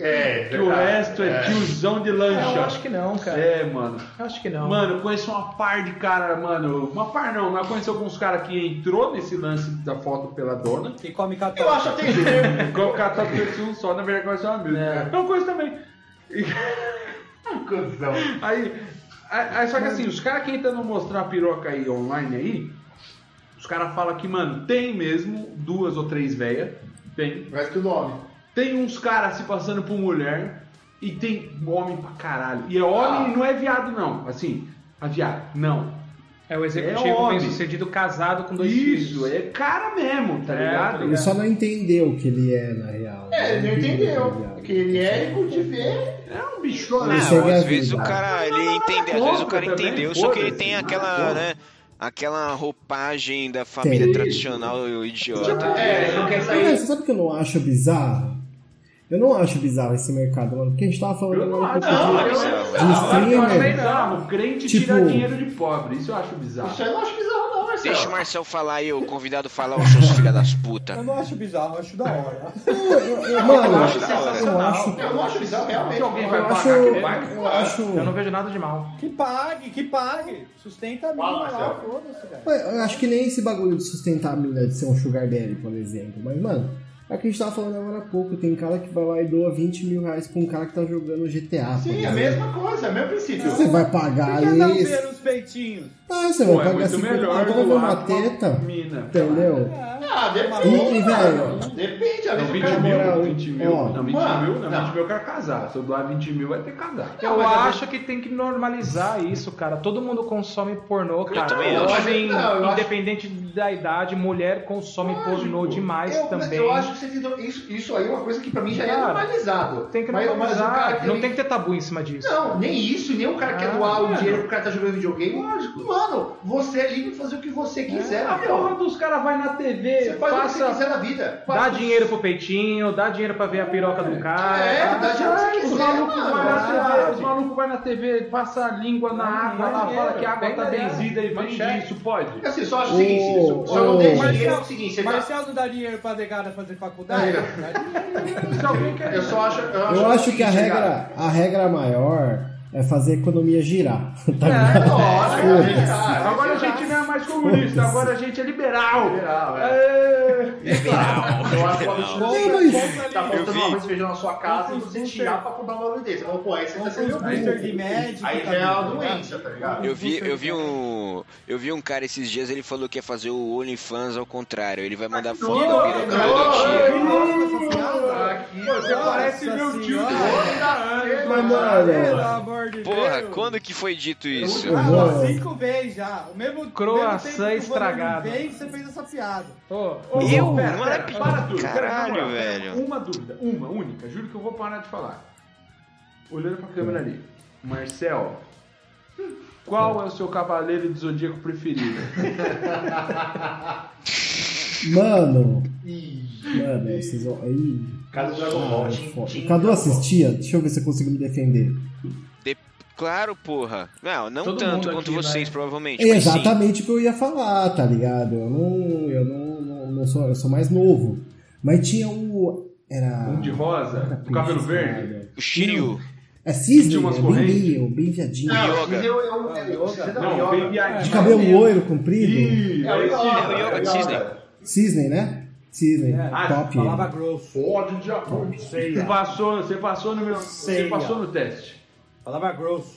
É, Que o resto é tiozão de Não, eu lancha. acho que não, cara. É, mano. Eu acho que não. Mano, eu conheço uma par de cara, mano. Uma par não, mas eu conheço alguns caras que entrou nesse lance da foto pela dona. Que come catuaba. Eu acho até justo. Igual o cara tá perfil só, na verdade, conhece uma amigo. É uma coisa também. Cusão. Aí, aí, aí só que assim, os caras que tentam mostrar a piroca aí online aí, os caras falam que, mano, tem mesmo duas ou três velhas. Tem. Mas que o nome? Tem uns caras se passando por mulher e tem homem pra caralho. E é homem Ah. e não é viado, não. Assim, a viado, não. É o executivo É homem. bem sucedido casado com dois Isso, filhos. é cara mesmo, tá É, tá ligado? ligado. Ele só não entendeu o que ele é, na real. É, ele não entendeu. Ele Que ele é, ele curte ver. É um bichona. Isso Não, é às vida. vezes o cara ele entende, às vezes o cara também, entendeu, só que ele foda-se, tem nada, aquela, foda-se. né, aquela roupagem da família Tem. tradicional e o idiota. É, ele não quer Aliás, sair. você sabe que eu não acho bizarro? Eu não acho bizarro esse mercado, mano. Porque a gente tava Eu falando Ah, não agora um acho, pouco não, de- eu- de Sabe o que eu acho streamer. bizarro? Crente Tipo- tira dinheiro de pobre. Isso eu acho bizarro. Isso aí eu não acho bizarro, não, Marcelo. Deixa o Marcel falar aí, o convidado falar, os seus filha das putas. Eu não acho bizarro, eu acho da hora. Eu Mano, acho sensacional. Eu não acho bizarro, realmente. Se alguém eu vai acho. pagar, que vai. Eu acho. Eu não vejo nada de mal. Que pague, que pague. Sustenta a mina Fala, lá, Marcelo. foda-se, cara. Eu acho que nem esse bagulho de sustentabilidade de ser um sugar daddy, por exemplo. Mas, mano, é o que a gente tava falando agora há pouco. Tem cara que vai lá e doa 20 mil reais pra um cara que tá jogando GTA. por Sim, é a exemplo. mesma coisa, é o mesmo princípio. Você vai pagar Por que não isso. ver os peitinhos? Ah, você Pô, vai é pagar muito 50 melhor agora ver uma doar pra uma teta. Então, mina. Entendeu? Ah, depende. E, e, velho, É, Depende, às Não, vezes o 20 cara mil, moral, 20 mil. um. ó. não, 20 Mano, mil, não, não. 20 mil eu quero casar. Se eu doar 20 mil, vai ter que casar. Eu mas eu acho que tem que normalizar isso, cara. Todo mundo consome pornô, cara. também acho. Homem, Não, eu acho- independente da idade, mulher consome pornô demais tipo, eu, também. Eu acho que você tentou- isso, isso aí é uma coisa que pra mim já é Cara, normalizado. Tem que Mas- mas o normalizar. cara não ele- tem que ter tabu em cima disso. Não, nem isso, e nem o cara quer Ah, doar o mano. dinheiro pro cara tá jogando videogame. Lógico. Mano, você é tá livre de fazer o que você quiser, A meu. porra dos caras vai na TV, Você faz o que você passa. quiser na vida. Dá dinheiro pro peitinho, dá dinheiro pra ver a piroca do cara. É, dá dinheiro pro que Os você malucos quiser, vai na mano. TV, os malucos vai na TV, passa a língua na Ah, água lá, maneiro, fala que a água bem tá legal. benzida e vende Manchete. isso, pode? Assim, só acho o Ô, seguinte, só- só não ô. deixa dinheiro é o seguinte, você tá- Marcelo não dá dinheiro pra negada fazer faculdade? Dá dinheiro. Se alguém quer. eu só acho, eu acho, Eu o acho que a seguinte, cara. regra, a regra maior é fazer a economia girar. Tá ligado? É, lógico, Foda-se. é, cara, Agora a é gente não é mais comunista, Foda-se. agora a gente é liberal. Liberal, é. é. Eu acho que absurdo. É, mas- Tá Eu faltando vi. arroz e feijão na sua casa e você Vamos tirar pra comprar um valor desse. Você fala, pô, aí você tá sendo Vamos pros booster de burro. médico. Aí tá já é uma ligado? doença, tá ligado? Eu vi, eu vi um, eu vi um cara esses dias, ele falou que ia fazer o OnlyFans ao contrário, ele vai mandar foto da pirocada do tio. Você parece meu tio de senhora. 80 anos, Mas, mano. Pelo mano, amor de Porra, Deus. quando que foi dito isso? Eu Ah, vou- ó, cinco vezes já. O mesmo Croissant mesmo tempo que o estragado. Vanderlei Fez, você fez essa piada. tá- Ô, Ô, Eu? ô, pera, Não pera, era pi- é para tudo, pera, Caralho, na moral, pera. velho. Uma dúvida, uma única, juro que eu vou parar de falar. Olhando pra câmera ali, Marcel, qual é o seu cavaleiro do zodíaco preferido? mano, mano, vocês vão. Aí, Cara do Dragon Ball. cara, Tim, foda. Tim, Cadu Dragon assistia? Deixa eu ver se eu consigo me defender. Claro, porra. Não, não Todo tanto mundo quanto aqui, vocês, vai. provavelmente. É mas sim. exatamente o que eu ia falar, tá ligado? Eu não, eu não, não, não sou, eu sou mais novo. Mas tinha o era Um de rosa, com cabelo verde? O Shiryu. É cisne, Tinha é umas bem correntes. meio, bem viadinho. Ball. Yoga. Não, mas eu- eu- eu- eu- você dá Não, É, yoga. bem viadinho. De É, cabelo Mas- loiro, comprido. Ih, É o é esse, yoga, né? é o yoga de cisne. Cisne, né? Cisne, ah, top. ele. Falava grosso. Fode de amor. Você passou, você passou no meu, você Sei, passou no teste. Falava grosso.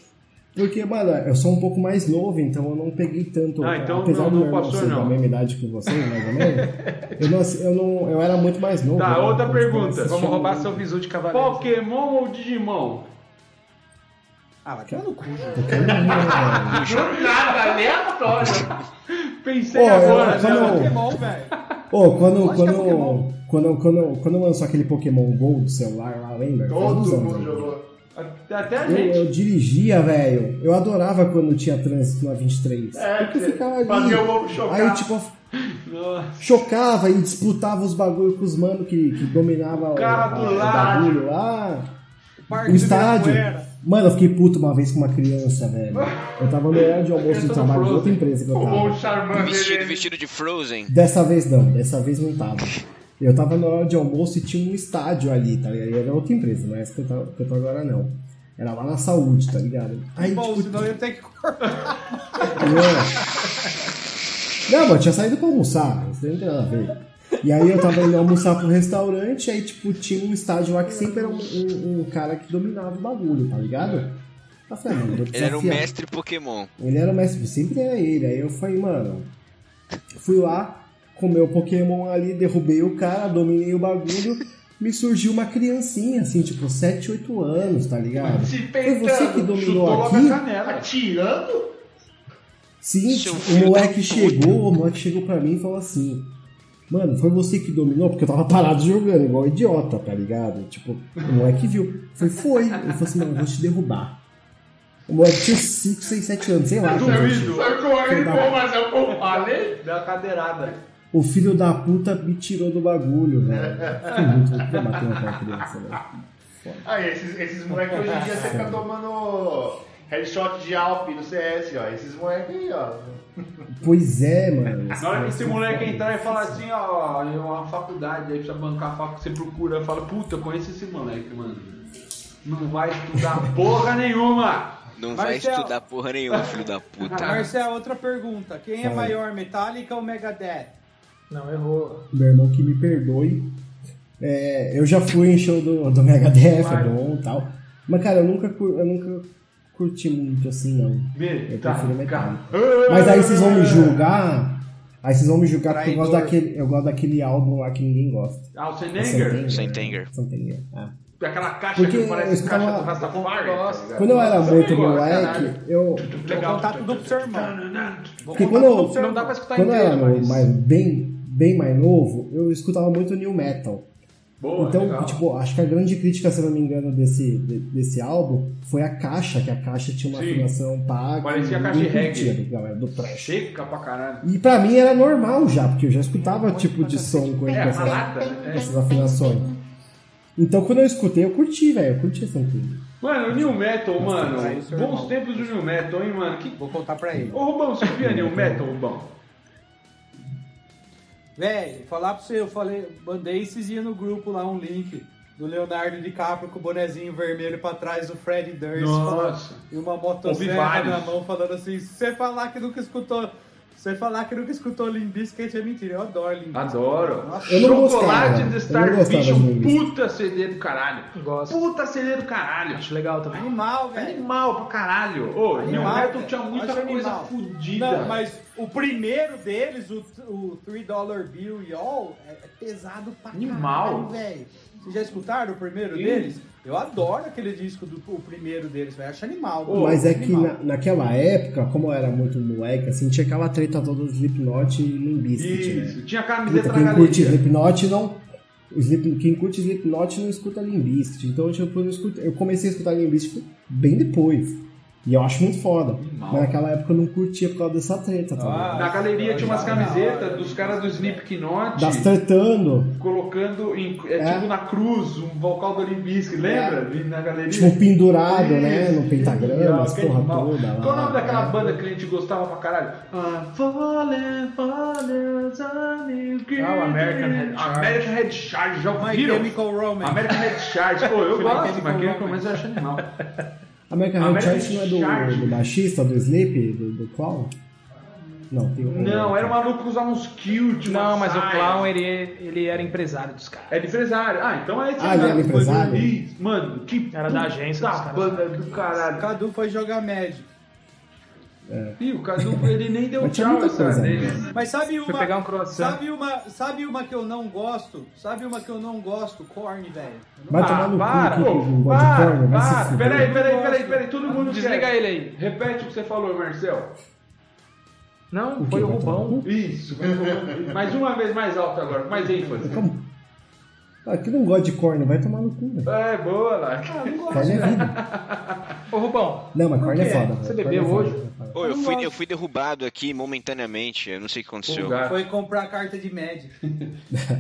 Porque, mano, eu sou um pouco mais novo, então eu não peguei tanto. Ah, então apesar não- do não meu irmão passou, ser da não. mesma idade que você, mais ou menos. eu, não, assi- eu, não, eu era muito mais novo. Tá, né? outra Eu pergunta. assistia vamos muito. roubar seu visu de cavaleiro. Pokémon ou Digimon? Ah, vai tomar no cu, gente. um Nada, aleatório. Pensei Ô, eu- agora, como- né? é Pokémon, velho. Ô, quando, Lógico que é quando, Pokémon. quando, quando, quando lançou aquele Pokémon GO do celular lá, lembra? Faz uns Todo anos, mundo né? jogou. Até, até a gente. Eu, eu dirigia, velho. Eu adorava quando tinha trânsito na 23. É, Porque ficava ali. Fazia o povo chocar. Aí, tipo, Nossa. chocava e disputava os bagulho com os manos que, que dominava o, Cara do o lado. bagulho lá. Parque O do estádio. Ibirapuera. Mano, eu fiquei puto uma vez com uma criança, velho. Eu tava no horário de almoço do Criança do trabalho de outra Frozen. empresa que eu O tava. Bom Charmander. Vestido, ele- vestido de Frozen. Dessa vez não, dessa vez não tava. Eu tava na hora de almoço e tinha um estádio ali, tá ligado? E Era outra empresa, não é essa que eu, tava, que eu tô agora não. Era lá na saúde, tá ligado? Aí, Bom, tipo, senão eu ia ter que cortar. não. Não, mas eu tinha saído pra almoçar, isso daí não tem nada a ver. E aí eu tava indo almoçar pro restaurante, aí tipo, tinha um estádio lá que sempre era um, um- um cara que dominava o bagulho, tá ligado? Eu falei, ah, mano, vou Ele era o desafiar. mestre Pokémon. Ele era o mestre, sempre era ele. Aí eu falei, mano, fui lá, comeu o Pokémon ali, derrubei o cara, dominei o bagulho, me surgiu uma criancinha, assim, tipo, 7, 8 anos, tá ligado? Se Foi peitando. você que dominou logo aqui? a canela. Atirando? Sim, Seu o filho tá moleque da chegou, o moleque chegou pra mim e falou assim: Mano, foi você que dominou? Porque eu tava parado jogando, igual idiota, tá ligado? Tipo, o moleque viu. Foi, foi. Eu falei assim: Mano, eu vou te derrubar. O moleque tinha 5, 6, 7 anos, sei lá. Tá quantos Seu anos ídolo. tinha. Foi correndo, Tá. pô, mas eu pô, falei. Deu uma cadeirada. O filho da Tá puta me tirou do bagulho, velho. Fiquei muito louco pra bater naquela criança, velho. Aí, Ah, esses, esses moleques hoje em dia você fica tomando headshot de Alp no CS, ó. Esses moleques aí, ó. Pois é, mano. Na hora que esse moleque entrar e falar assim, ó, é uma faculdade, aí precisa bancar a faculdade, você procura, fala, puta, eu conheço esse moleque, mano. Não vai estudar porra nenhuma! Não vai Marcelo. estudar porra nenhuma, filho da puta. Marcel, outra pergunta. Quem é Vai. maior, Metallica ou Megadeth? Não, errou. Meu irmão que me perdoe. É, eu já fui em show do, do Megadeth, é bom e tal. Mas, cara, eu nunca, cur- eu nunca curti muito assim, não. Vê, Eu tá, prefiro metal. cara. Mas aí vocês vão me julgar. Aí vocês vão me julgar porque eu gosto, Traidor. daquele, eu gosto daquele álbum lá que ninguém gosta. Ah, o É Senenger, Sentenger. né? Sentenger, ah. aquela caixa Porque que parece eu caixa escutava- do Rastafari. tá ligado? Quando eu era Nossa, muito eu gosto, moleque, caralho. eu, Legal. Vou contar tudo pro seu irmão. Vou Porque contar quando tudo eu- pro seu Não dá irmão. pra escutar quando eu era inteiro, mas... mais, bem, bem mais novo, eu escutava muito new metal. Boa, então, legal. tipo, acho que a grande crítica, se eu não me engano, desse, de- desse álbum foi a caixa, que a caixa tinha uma Sim. afinação paga. Parecia a ninguém caixa de curtia reggae. do- galera, do trash. Seca pra caralho. E pra mim era normal já, porque eu já escutava tipo de som com É, essas, uma lata, né? essas afinações. Então quando eu escutei, eu curti, velho. Eu curti essa coisa. Mano, o New Metal, mano. tá é aí, seu Bons irmão. tempos do New Metal, hein, mano. Que... Vou contar pra ele. Ô, Rubão, você via New Metal, Rubão? Véi, falar pra você, eu falei, mandei esses dias no grupo lá um link do Leonardo DiCaprio com o bonezinho vermelho pra trás do Fred Durst. Nossa. falando- E uma Ouvi motosserra vários. na mão falando assim, se você falar que nunca escutou, se você falar que nunca escutou Limp Bizkit é mentira, eu adoro Limp Bizkit. Adoro. Eu Chocolate não gostava. de Eu não gostava Starfish, um muito. puta CD do caralho. Gosto. Puta CD do caralho. É Acho legal também. Animal, velho. Animal pra caralho. Ô, New Animal, Metal velho. tinha muita Acho coisa animal. fodida. Não, mas o primeiro deles, o, o 3 Dollar Bill e All, é é pesado pra Animal. caralho, velho. Vocês já escutaram o primeiro Sim. deles? Eu adoro aquele disco do o primeiro deles, velho. Acho animal. Ô, Mas é que animal. na- naquela época, como eu era muito moleque, assim, tinha aquela treta toda do Slipknot e Limbiscuit, né? Isso, tinha camiseta Puta, na quem curte galeria. Slipknot não. o Slip- quem curte Slipknot não escuta Limbiscuit. Então tipo, eu, escute- eu comecei a escutar Limbiscuit bem depois. E eu acho muito foda. Animal. Mas naquela época eu não curtia por causa dessa treta, tá ligado? Ah, Na galeria tinha umas Já na camisetas hora. dos caras do Slipknot Das tretando. colocando em, é, É. tipo na cruz um vocal do Olimpísque, lembra? Vi Na galeria. Tipo, pendurado, né? Isso, No pentagrama, genial, as que porra animal. toda lá. Qual o nome daquela banda que a gente gostava pra caralho? Ah, I'm falling, falling, falling, Ah, o American Head Charge. American Head Charge, já My ouviram? Chemical Romance. American Head Charge. Pô, eu My gosto, é Chemical mas quem Romance. começa eu acho animal. American Head American Charge não é do, Charge. do baixista, do Sleep, do, do Clown? Não, tem outro. Não, era um maluco que usava uns kilt, uma Não, mas o saia. Clown, ele, é- ele era empresário dos caras. É de empresário. Ah, então é esse Ah, ele cara era que foi empresário? dormir. Mano, que Era da agência puta dos caras. banda do caralho. Cadu foi jogar Magic. Ih, o Cadu, ele nem deu Mas tinha tchau muita essa coisa, vez. né? Mas sabe Fui uma. pegar um croissant. Sabe uma, sabe uma que eu não gosto? Sabe uma que eu não gosto? Corn, velho. Eu não Vai Ah, tomar no para, cu, que ô, não gosta de para, corno, vai para. se fuder. Peraí, peraí, peraí, peraí, todo mundo Desliga quer. ele aí. Repete o que você falou, Marcel. Não, O foi quê? o Vai tomar Rubão. no cu? Isso, mas vamos- mais uma vez mais alto agora, com mais ênfase. Como? Ah, que não gosta de corne, vai tomar no cu, né? velho. É, boa, lá. Corne é vida. Ô, Rubão, Não, mas Por corne é quê? foda. Você velho. bebeu Corne é hoje? foda, cara. Ô, Eu eu, não fui, gosto. eu fui derrubado aqui momentaneamente, eu não sei o que aconteceu. Lugar. Foi comprar carta de médico.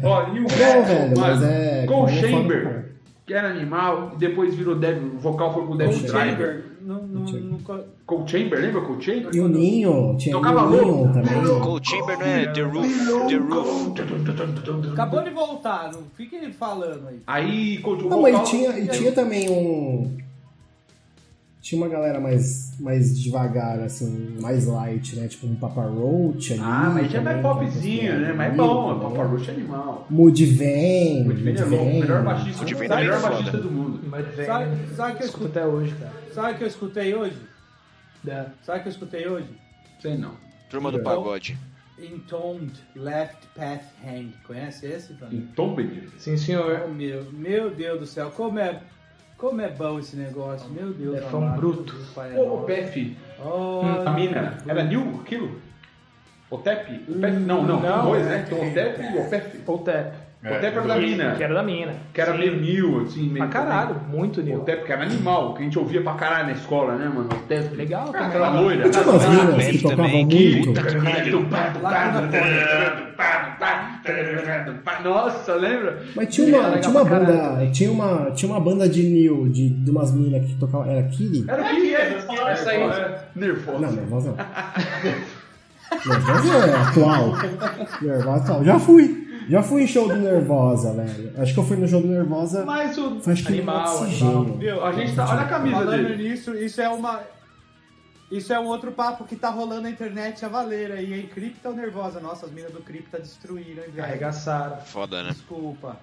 Ó, e o Não, Gol, É, velho, mas é. Gol corne é foda, Chamber, cara. que era animal, e depois virou Devil, o vocal foi pro Devil Cole Driver. Não, não, nunca- Cole Chamber, lembra Cole Chamber? E o Ninho, tinha o Tocava Ninho louco. também. Cold Chamber não é The Roof, The Roof. Acabou de voltar, não fiquem falando aí. Aí, Cole o Não, mas vocal- e tinha, e tinha também um. Tinha uma galera mais, mais devagar, assim, mais light, né? Tipo um Papa Roach ali. Ah, mas já é mais também, popzinho, assim, né? Mas é ali, bom, é né? Papa Roach é animal. Mudvayne, O Divine é louco, o melhor Mudvayne. baixista, Mudvayne o melhor é foda. baixista do mundo. mas vem. Sabe, né? sabe, que eu Escuto escutei, até hoje, cara. sabe que eu escutei hoje? É. Sabe que eu escutei hoje? Sei não. Turma do Pagode. Entombed Left Path Hang. Conhece esse, Fábio? Em Tombed? Sim, senhor. Oh, meu, meu Deus do céu, como é, como é bom esse negócio, meu Deus. É amado, fã bruto. meu Pai é Ô, Oh, hum, o amado. Pef, Olha, a mina, era New aquilo? O Tep? O Hum, Pef? Não, não, Não, tem dois, é. né? Tem o Tep e o Pef. Ou Tep. É, O Tep era da mina, Que era da mina. que era Sim. meio New, assim, meio... Pra caralho, muito O nível. Tep, que era animal, que a gente ouvia pra caralho na escola, né, mano? O Tep. Legal Ah, também. Aquela loira. Tinha umas Ah, minas Leve que tocavam também, que muito. puta que pariu. Nossa, lembra? Mas tinha uma, Legal tinha uma pra caralho banda. Tinha uma, tinha uma banda de New, de, de umas minas que tocavam. Era Kiri? Era o que era? Essa aí. Nervosa. Não, nervosa não. nervosa é atual. Nervosa atual. Já fui. Já fui em show do Nervosa, velho. Acho que eu fui no show do Nervosa. Mas o. Foi acho que Animal, no animal. oxigênio. Viu? A gente tá. Olha a camisa Falando dele. nisso, isso é uma. Isso é um outro papo que tá rolando na internet a valer aí, hein? Cripta ou nervosa? Nossa, as minas do Cripta destruíram, hein, velho? Arregaçaram. Foda, né? Desculpa.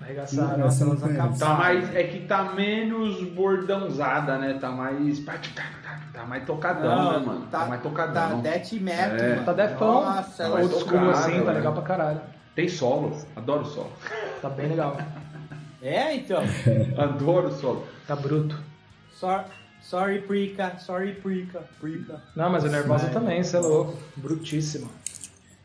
Arregaçaram. Não, essa eu não Nossa, elas conheço. acabaram. Tá mais. É que tá menos bordãozada, né? Tá mais. Tá mais tocadão, né, mano? Tá mais Tá tocadão. death metal, É. mano. Tá defão. Nossa, Tá ela mais Old school tocado, assim, tá velho. legal pra caralho. Tem solo. Adoro solo. Tá bem legal. É, então. Adoro solo. Tá bruto. Sor- Sorry, Prica. Sorry, Prica. Prica. Não, mas o Nervosa também, você é louco. Brutíssimo.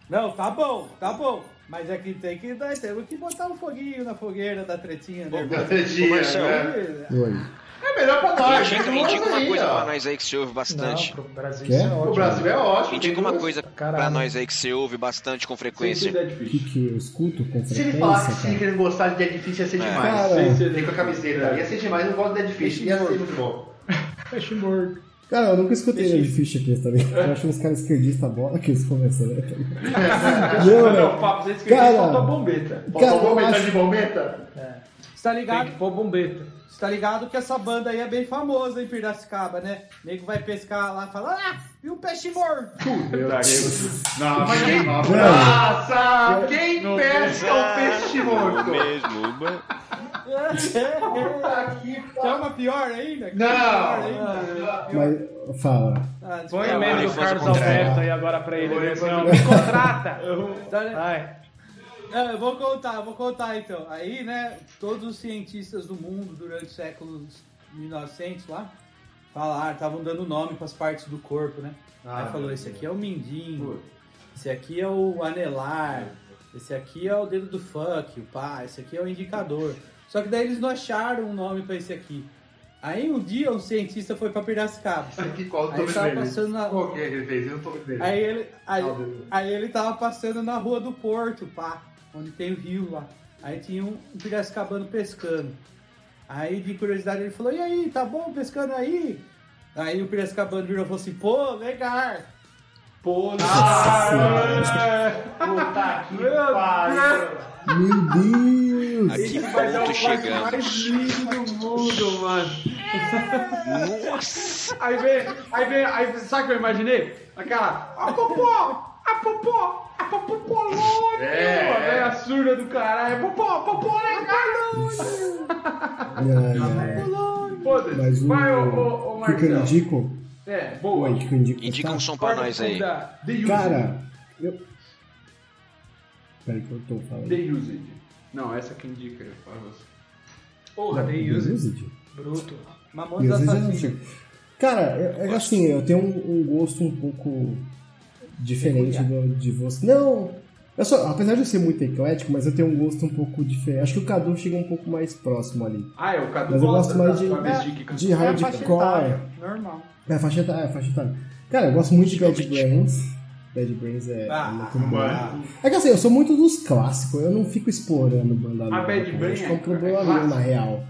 Não, tá bom, tá bom. Mas é que tem que, nós temos que botar um foguinho na fogueira da tretinha né, nervosa. Marcelo. É Oi. melhor pra nós. Indica, tem indica uma aí, coisa ó. pra nós aí que se ouve Não, bastante. pro Brasil Quê? isso é O ótimo. Brasil é ótimo. Indica tem uma duas- coisa Caralho. pra nós aí que se ouve bastante com Sem frequência. Dead O que, Fish. que eu escuto com Se ele frequência? falasse que cara? ele não gostasse de Dead Fish, ia ser É. demais. Cara, Sem ser Ele Dead com a camiseta. Ia ser demais, eu não gosto de Dead Fish. Ia ser muito bom. é Peixe morto. Cara, eu nunca escutei Dead Fish aqui também. Eu acho uns caras esquerdistas bola que eles começaram. né? Meu, Não, não, velho. papo, você esqueceu Cara. faltou a bombeta. Cara, Faltou bombeta eu acho- um de bombeta? Você tá Tem ligado? que pôr bombeta. Você tá ligado que essa banda aí é bem famosa em Piracicaba, né? O nego vai pescar lá e fala, ah, e o peixe morto? Não, mas quem praça? Quem pesca o peixe morto? Mesmo, mano. é, Puta que é uma pior ainda? Que Não. Pior ainda? Mas, fala. Ah, desculpa. Põe o mano, meme do faz o Carlos contrário. Alberto aí agora pra ele. Põe, Assim, põe. ó, Me contrata! né? Vai. É, eu vou contar, eu vou contar então. Aí, né, todos os cientistas do mundo durante os séculos 1900 lá falaram, estavam dando nome para as partes do corpo, né? Aí falou: esse aqui é o mindinho, esse aqui é o anelar, esse aqui é o dedo do funk, o pá, esse aqui é o indicador. Só que daí eles não acharam um nome para esse aqui. Aí um dia um cientista foi para Piracicaba. Aqui, qual o Aí nome tava dele? passando na- Qual que é que ele fez? Eu não tô vendo. Aí ele, aí, Ah, o dedo. aí ele tava passando na rua do Porto, pá, onde tem o rio lá. Aí tinha um um piracicabano pescando. Aí de curiosidade ele falou, e aí, tá bom pescando aí? Aí o piracicabano virou e falou assim, pô, legal. Pô, É, Puta que Meu pariu. Meu Deus! A que Mas é o ponto quarto chegamos? mais lindo do mundo, mano. Nossa! Aí vem, aí vem, aí sabe o que eu imaginei? Aquela, a popó, a popó, a popó longe, É. mano. Aí a surda do caralho, popó, popó legal. Ai, ai. Mas Foda-se, o. vai, ô, ô, ô o que que eu Marcelo. indico? É, boa. Oi, que eu indico. Indica um tá? som pra nós aí. Da- The Used. Cara, eu. Peraí que eu tô falando. The Used. Não, essa que indica, eu falo assim. Porra, Não, dei The use. Used? Bruto. Mamão dos Meu, às vezes eu não assassinos. sei. Cara, é é assim, eu tenho um, um gosto um pouco diferente do, de você. Não! Eu sou, apesar de eu ser muito eclético, mas eu tenho um gosto um pouco diferente. Acho que o Cadu chega um pouco mais próximo ali. Ah, é o Cadu Mas eu gosta gosto mais das de- famílias é, de- De É a faixa etária, hardcore. normal. É, faixa etária, é, faixa etária. Cara, eu gosto muito de Dead Brains. Dead Brains é, Ah, é muito bom. É que assim, eu sou muito dos clássicos, eu não fico explorando banda nova. Bad cara. Brain Acho que é- é um problema é meu, na clássico. real.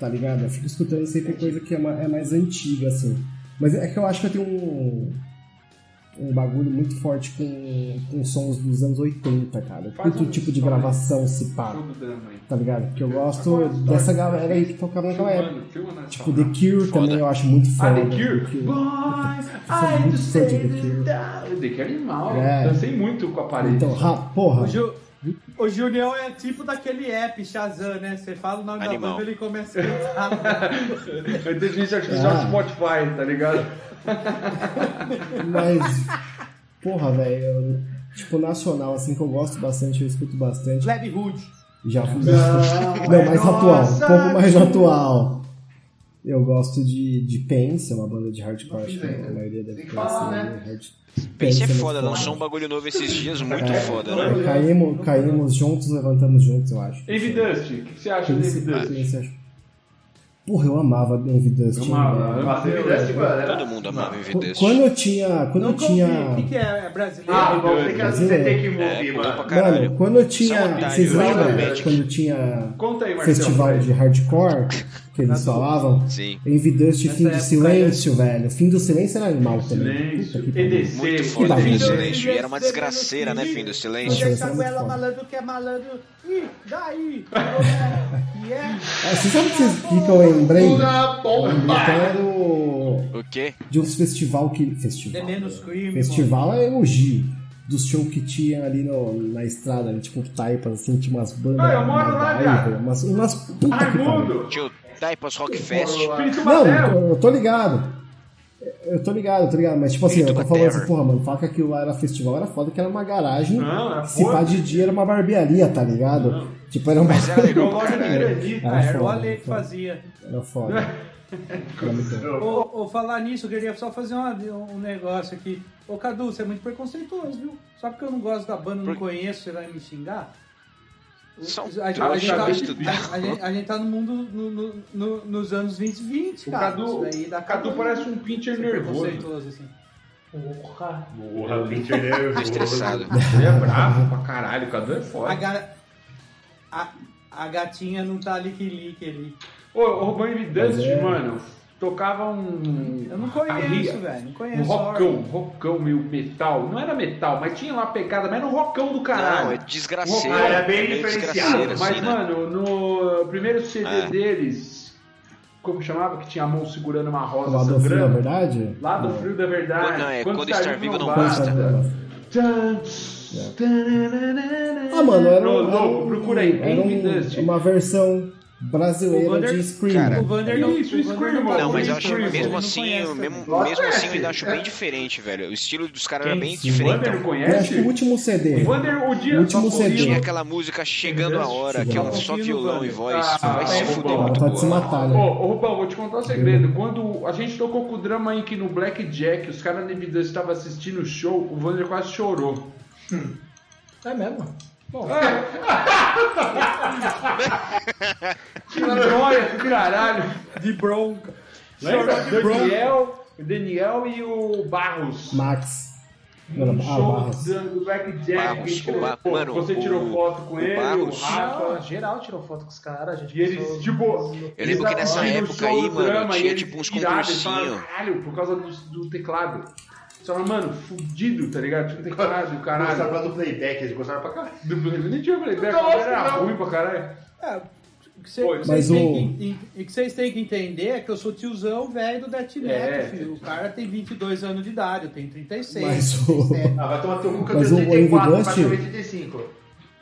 Tá ligado? Eu fico escutando sempre coisa que é, ma- é mais antiga, assim. Mas é que eu acho que eu tenho um, um bagulho muito forte com, com sons dos anos 80, cara. Eu Faz curto um o tipo de som aí. gravação se pá, Show do drama aí. tá ligado? Porque eu Agora, gosto story, dessa story. galera aí que tocava naquela época. Filmando, filma nessa é? Tipo, The hora. Cure Foda. também eu acho muito um Ah, foda. The Cure? porque- Boys, sou I muito just fã de say The that- Cure. The Cure é animal. É. Dancei muito com a parede. Então, ra- porra. O, Ju... o Junião é tipo daquele app Shazam, né? Você fala o nome Animal. da banda ele começa a cantar. A inteligência artificial do Ah. Spotify, tá ligado? Mas, porra, velho, eu- tipo, nacional, assim, que eu gosto bastante, eu escuto bastante. Lab Hood. Já fui. Não, mais atual, um pouco mais tipo, atual. Eu gosto de, de Pence, é uma banda de hardcore, acho que a maioria deve Tem que conhecer. falar, né? Hard... Pense é muito foda, foda. lançou um bagulho novo esses dias, muito É. foda, né? É, caímos, caímos juntos, levantamos juntos, eu acho. Envy Dust, o que você acha do Envy Pence- Dust? Pence, acho. Porra, eu amava Envy Dust. Eu amava, né? eu amava. Todo mundo amava Qu- MVD. Quando eu tinha. Quando eu Nunca ouvi. tinha. O que, que é? É brasileiro? Ah, bom, tem que Brasil, você é. tem que É, ouvir, bom pra mano. caralho. Mano, quando eu um tinha. São otários, vocês lembram realmente. quando tinha Conta aí, Marcelo. festival de hardcore que eles falavam? Sim. Envy Dust Nessa Fim do época, Silêncio, velho. Fim do Silêncio era animal também. né? Silêncio, Puta que pariu. EDC, Muito foda, que Fim do bagulho. Silêncio. E era uma desgraceira, né, Fim do Não Silêncio? Isso deixa é a muito goela foda. malandro que é malandro. Ih, daí! Roberto, que é? Ah, Vocês sabem que vocês ficam lembrando? Pura Então bomba! era o- O quê? de uns festival que. Festival. The Menos Crime. Festival é elogio. Dos shows que tinha ali no- na estrada, ali, tipo taipas, assim, tinha umas bandas. Ah, eu moro lá, Madagascar, viado. Umas, umas puta que pariu. Raimundo! Tio Taipas Rock Fest. Espírito então, Não, então, Mateo! eu tô ligado. Eu tô ligado, eu tô ligado. Mas, tipo assim, eu tô Tuba falando Terror. assim, porra, mano, fala que aquilo lá era festival, era foda que era uma garagem. Não, é Se pá foda. de dia era uma barbearia, tá ligado? Não. Tipo, era uma. Mas era legal Virou pra loja de caralho. granito. Ah, Ah, era o foda, Ale que foda. fazia. Era foda. Era muito bom. Ô, ô, falar nisso, eu queria só fazer uma- um negócio aqui. Ô, Cadu, você é muito preconceituoso, viu? Só porque eu não gosto da banda, não Por- um conheço, você vai me xingar? O- São a, gente- a dois gente tá, cabeças né? de a- a gente- a gente tá no mundo no- no- no- nos anos 2020, O cara. Cadu, Isso daí dá Cadu cagada. parece um pincher Ser nervoso. preconceituoso, assim. Porra. Porra, Peter Tô estressado. Ele é bravo pra caralho, o Cadu é A, foda. ga- a- a gatinha não tá lique-lique ali. Ô, o Robin Lee Dust, Mas é. mano, tocava um. Eu não Aí, conheço, velho. É Não Um conheço. rockão, rockão meio metal. Não era metal, mas tinha lá pegada, mas era um rockão do caralho. Não, é desgraceira. Ah, era bem meio diferenciado, desgraceira, mas, assim, né? mano, no primeiro CD É. deles, como que chamava? Que tinha a mão segurando uma rosa Lá do frio, na sangrando. verdade? é Lá do frio da verdade. Não, é, quando estar vivo não basta. Tchan, Ah, mano, era. Ô, um- louco, era um- procura aí, Era Envy Dust. um, uma versão brasileira O Vander- de Scream. O Vander não. Isso, o Vander Scream, Não, mas eu acho Scream, ele mesmo não assim, conhece eu- também. mesmo, Nossa, mesmo assim eu é. ainda acho bem diferente, velho. O estilo dos caras era Quem? bem Sim. O Wander não diferente. Eu acho que o conhece? último CD. O Wander, o dia O só último corria- CD. Tinha aquela música chegando a hora, que é só violão e voz. Ah, Vai se tá fuder bom. muito Tá de se boa. matar, Ô, né? ô, Rubão, vou te contar um segredo. Quando a gente tocou com o drama Inc. no Black Jack, os caras da Evidência estavam assistindo o show, o Wander quase chorou. É. É mesmo? Bom, Que nóia, do caralho. De bronca. Lembra? Daniel, o Daniel e o Barros. Max. Não era- Um Ah, show Barras. do do Black Jack. Barros, que o Bar- pô, mano, você o- tirou foto com o ele, Barros. o Rafa. geral tirou foto com os caras, a gente Ah. E eles, passou- tipo. um Eu eles lembro que nessa assistindo o show época aí, do mano, drama e tinha, eles tipo, uns irados, eles falaram, concursinho. Caralho, por causa do, do teclado. Eles falaram, mano, fudido, tá ligado? Tinha um teclado, caralho. Gostaram do playback, eles gostaram pra caralho. Do Blade nem tinha Blade Back, Nossa, era não. ruim pra caralho. É, o que cê- Pô, o que mas vocês têm o- que en- en- o que vocês têm que entender é que eu sou tiozão velho do Death Metal, É. filho. O cara tem 22 anos de idade, eu tenho 36. Mas o- 37. Ah, vai tomar teu cu que eu Mas tenho o- o 34, Evidust- vai ter 85.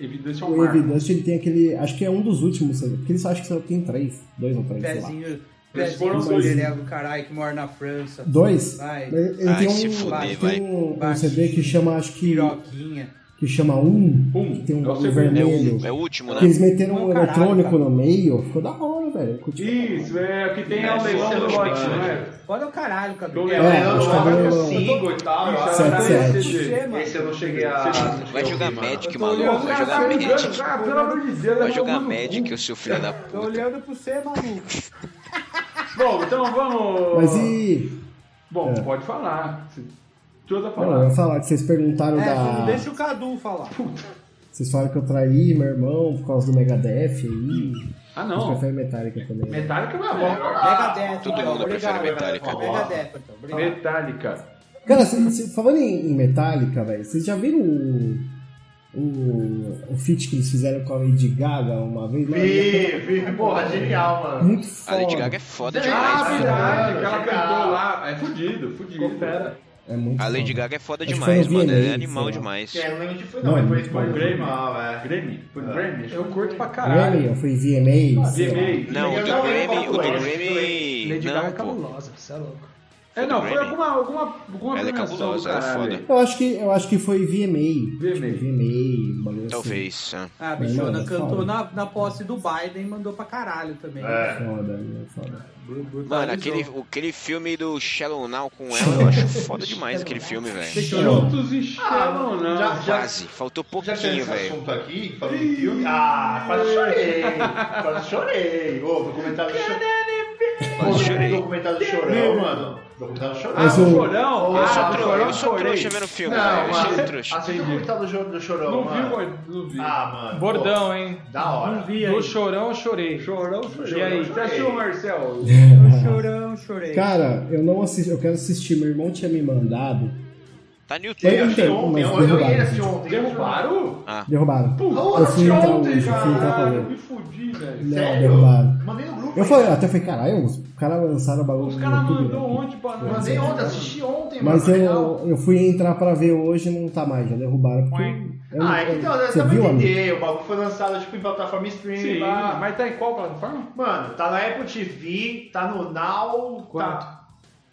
Evidência ao O mar. Heavy Dust, ele tem aquele. Acho que é um dos últimos, sabe? porque eles acham que só tem três. Dois ou três, sei lá. Pezinho, Eles pezinho foram do dois. Manderelo do caralho que mora na França. Dois? Vai. Ele Ai, tem um, se fuder, acho que vai. tem um, um Vai. CD que chama, acho que. Piroquinha. Que chama Um. Um, Que tem um é o bagulho segundo. É vermelho. o, é o último, Que né? eles meteram Não, um caralho, eletrônico cara. no meio. Ficou tipo- da hora, não, velho. Continua Isso, é o que tem é o leilão do lote, não né? é? Olha o caralho, Do cabelo. leilão É, do eu acho que não lote. eu eu vou- consigo e tal. eu acho. Sete, tá sete. Esse eu não cheguei a. Vai jogar Magic, tá maluco. olhando Vai pra jogar cara, Magic. Ah, pelo amor de Deus, Vai é jogar maluco. Magic, o seu filho da Tô puta. olhando pro você, maluco. Bom, então vamos. Mas e. Bom, É. pode falar. Se- Toda Não, eu falar. ia falar que vocês perguntaram É, da. deixa o Cadu falar. Vocês falaram que eu traí meu irmão por causa do Megadeth aí. Ah, Eu não. prefiro Metallica também. Metallica não é bom. Megadeth, Todo então, mundo prefere obrigado. Metallica. Megadeth, então. Obrigado. Metallica. Cara, cê- cê- falando em, em Metallica, velho, vocês já viram o, o, o feat que eles fizeram com a Lady Gaga uma vez? Mano, Vi, vi, porra, genial, é mano. Muito A foda. Lady Gaga é foda Ah, demais. verdade, que ela Legal. cantou lá. É fudido, fudido. Confere. É muito A Lady foda. Gaga é foda Acho que foi demais, no mano. Ela é VMA, animal sei lá. demais. É, não lembro de foi, Não, não. é Foi muito foi bom. Grêmio, ah, velho. Grammy? Foi É. Grammy? Acho Eu que curto foi. pra Grammy, caralho. eu fui Ah, VMA. sei lá. VMA. Não, o Eu do não é lembro Grammy. qual O do foi. Grammy. Lady Gaga é Não, pô. cabulosa, você é louco. É, não, foi Grammy. alguma, alguma, alguma Ela é premiação, cabulosa, ela é caralho. foda. Eu acho que, eu acho que foi VMA. VMA. Tipo, VMA, um bagulho assim. Talvez. ah. Ah, a bichona Não, cantou foda. na, na posse do Biden e mandou pra caralho também. É. Foda, né? foda. Mano, aquele, aquele filme do Shallow Now com ela, eu acho foda demais aquele filme, velho. Juntos e Shallow Ah, Now. já- Quase, faltou Já pouquinho, tinha esse velho. assunto aqui, falando de filme. Ah, quase chorei. quase chorei. Ô, documentário do chorão. Quase chorei. Documentário do chorão, mano. Documentário do chorão. Ah, Mas é o o- Chorão? Eu sou Ah, o trouxa, Chorão Eu sou chorei. trouxa vendo filme, Não, velho. Eu sou mano. trouxa. Assiste o Entendi. documentário do chorão, do chorão Não vi, mano. mano, não vi. Ah, mano. Bordão, hein? Pô, da hora. Não vi aí. Do chorão eu chorei. Chorão, chorei. E aí? Você achou, Marcel? Do chorão, chorei. Cara, eu não assisti, eu quero assistir. Meu irmão tinha me mandado. Tá no Eu YouTube. Oi? assisti Tem, né? ontem, mas eu eu ia derrubaram. assistir ontem. Derrubaram? Derrubaram. Porra, eu fui entrar ontem, hoje, eu fui entrar pra caralho. ver. Me fudi, velho. Não, Sério? derrubaram. Mandei no grupo. Eu falei, eu até falei, caralho, os caras lançaram o bagulho. Os no caras YouTube, mandou né? ontem pra nós. Mandei ontem, assisti ontem, Mas mano. eu, eu fui entrar pra ver hoje e não tá mais, já derrubaram. Porque eu, Ah, eu- então, eu você também viu, amigo? entendi. O bagulho foi lançado tipo, em plataforma streaming. Sim, lá. mas tá em qual plataforma? Mano, tá na Apple TV, tá no Now, tá.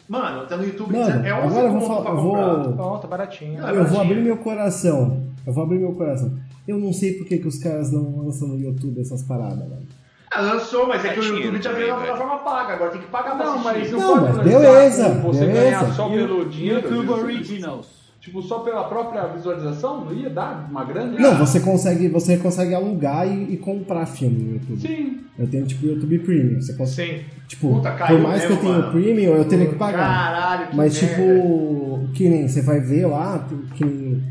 Mano, tá no YouTube. Mano, é 11 agora eu vou conto falar, pra eu comprar. vou, Pronto, tá baratinho. Não, é eu vou baratinho. abrir meu coração. Eu vou abrir meu coração. Eu não sei por que, que os caras não lançam no YouTube essas paradas, velho. Ah, lançou, mas é que o Dinheiro YouTube já também, veio na velho. plataforma paga, agora tem que pagar pra Não, mas assistir. não, Não, pode mas lançar beleza, com você ganhar beleza. só pelo dinheiro. YouTube isso? Originals. Tipo, só pela própria visualização? Não ia dar uma grande? Não, você consegue, você consegue alugar e, e comprar filme no YouTube. Sim. Eu tenho tipo YouTube Premium. Você consegue, Sim. tipo, Puta, por caiu mais que eu mesmo, tenha mano. o Premium, eu teria que pagar. Caralho, que Mas, merda. tipo, que nem você vai ver lá, tem- que nem-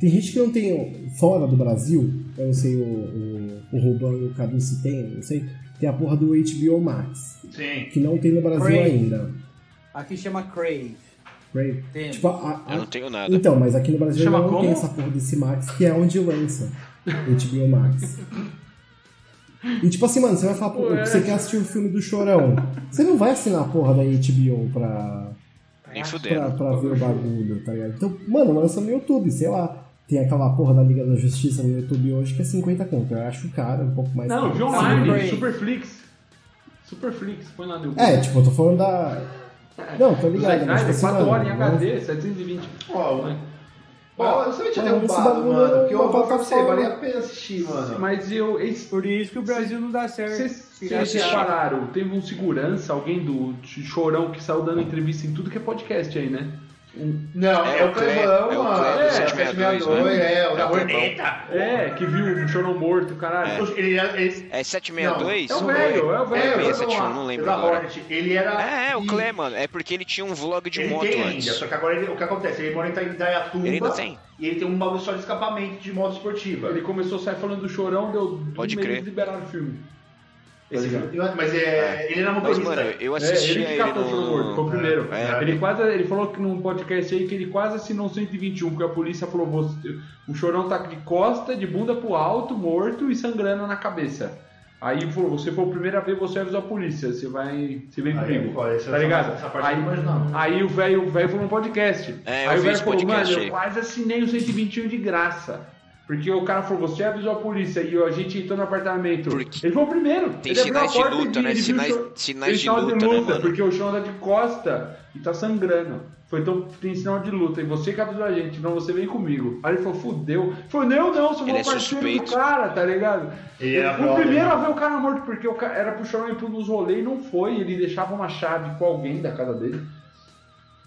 tem gente que não tem, fora do Brasil, eu não sei o, o, o Rubão e o Cadu se tem, eu não sei, tem a porra do HBO Max, Sim. que não tem no Brasil Crave. ainda. Aqui chama Crave. Crave. Tem. Tipo, a- a- Eu não tenho nada. então, mas aqui no Brasil Chama não como? tem essa porra desse Max, que é onde lança HBO Max. E tipo assim, mano, você vai falar, pô, Ué. você quer assistir o filme do Chorão, você não vai assinar a porra da HBO pra... Nem pra, fudendo. pra ver o bagulho, tá ligado? Então, mano, lança no YouTube, sei lá. Tem aquela porra da Liga da Justiça no YouTube hoje que é 50 conto. Eu acho caro, um pouco mais Não, caro. de Sim. online, Superflix. Superflix, põe lá no YouTube. É, tipo, eu tô falando da. Não, tô Do ligado. Zack mas, Snyder, tipo, assim, 4 mano, horas em lança- HD, 720. Ó, Né? Ó, eu só te Mano, esse derrubado, bagulho mano, é porque eu uma vou pra você, plataforma. valia a pena assistir, mano. Mas eu. esse- Por isso que o Brasil não dá certo. Vocês Pirateado. vocês pararam? Teve um segurança, alguém do Chorão que saiu dando entrevista em tudo que é podcast aí, né? Não, É é, o o Clevão, Cle- é o mano. Cle- do é, 762, 762, né? é, o É da o corneta. É, que viu o Chorão morto, caralho. Ele, ele, É 762? Não, É o velho, é o é, velho. Tá eu tô 671, lá, tipo, não lembro da agora. Hornet. Ele era. É, é, o e- Clé, mano. É porque ele tinha um vlog de Ele moto tem ainda, tá antes. só que agora ele- o que acontece? Ele mora em Itaiatuba. Ele ainda tem? E ele tem um bagulho só de escapamento de moto esportiva. Ele começou a sair falando do Chorão, deu É. um Pode mês crer. e liberaram o filme. Esse- Tá ligado? mas é, ele era Mas, motorista. mano, eu É, ele assistia que ele catou o Chorão morto, foi o no... primeiro. É. Ele quase, ele falou que num podcast aí que ele quase assinou 121, porque a polícia falou, "Você- o Chorão tá de costa, de bunda pro alto, morto e sangrando na cabeça. Aí ele falou, você foi o primeiro a ver, você avisou a polícia, você vai, você vem Aí, comigo. olha, essa- tá ligado? essa parte aí, eu não imaginava. aí o velho o velho falou no podcast. É, eu aí o vi velho esse falou, podcast mano, aí." eu quase assinei o 121 de graça. Porque o cara falou, você avisou a polícia e a gente entrou no apartamento. Porque Ele foi o primeiro. tem Ele abriu a sinais de porta e luta, vi- né? ele viu o Sinais- Chorão- sinais ele de tava luta, né, mano? Porque o chão tá de costa e tá sangrando. Foi Foi, então tem sinal de luta. E você capturou a gente, não você vem comigo. Aí ele falou, fudeu. Ele falou, não, não, sou Ele meu é parceiro do suspeito. cara, tá ligado? Ele Eu era fui o brother, primeiro a mano. ver o cara morto, porque o cara era pro Shonen pro nos rolês e não foi. Ele deixava uma chave com alguém da casa dele.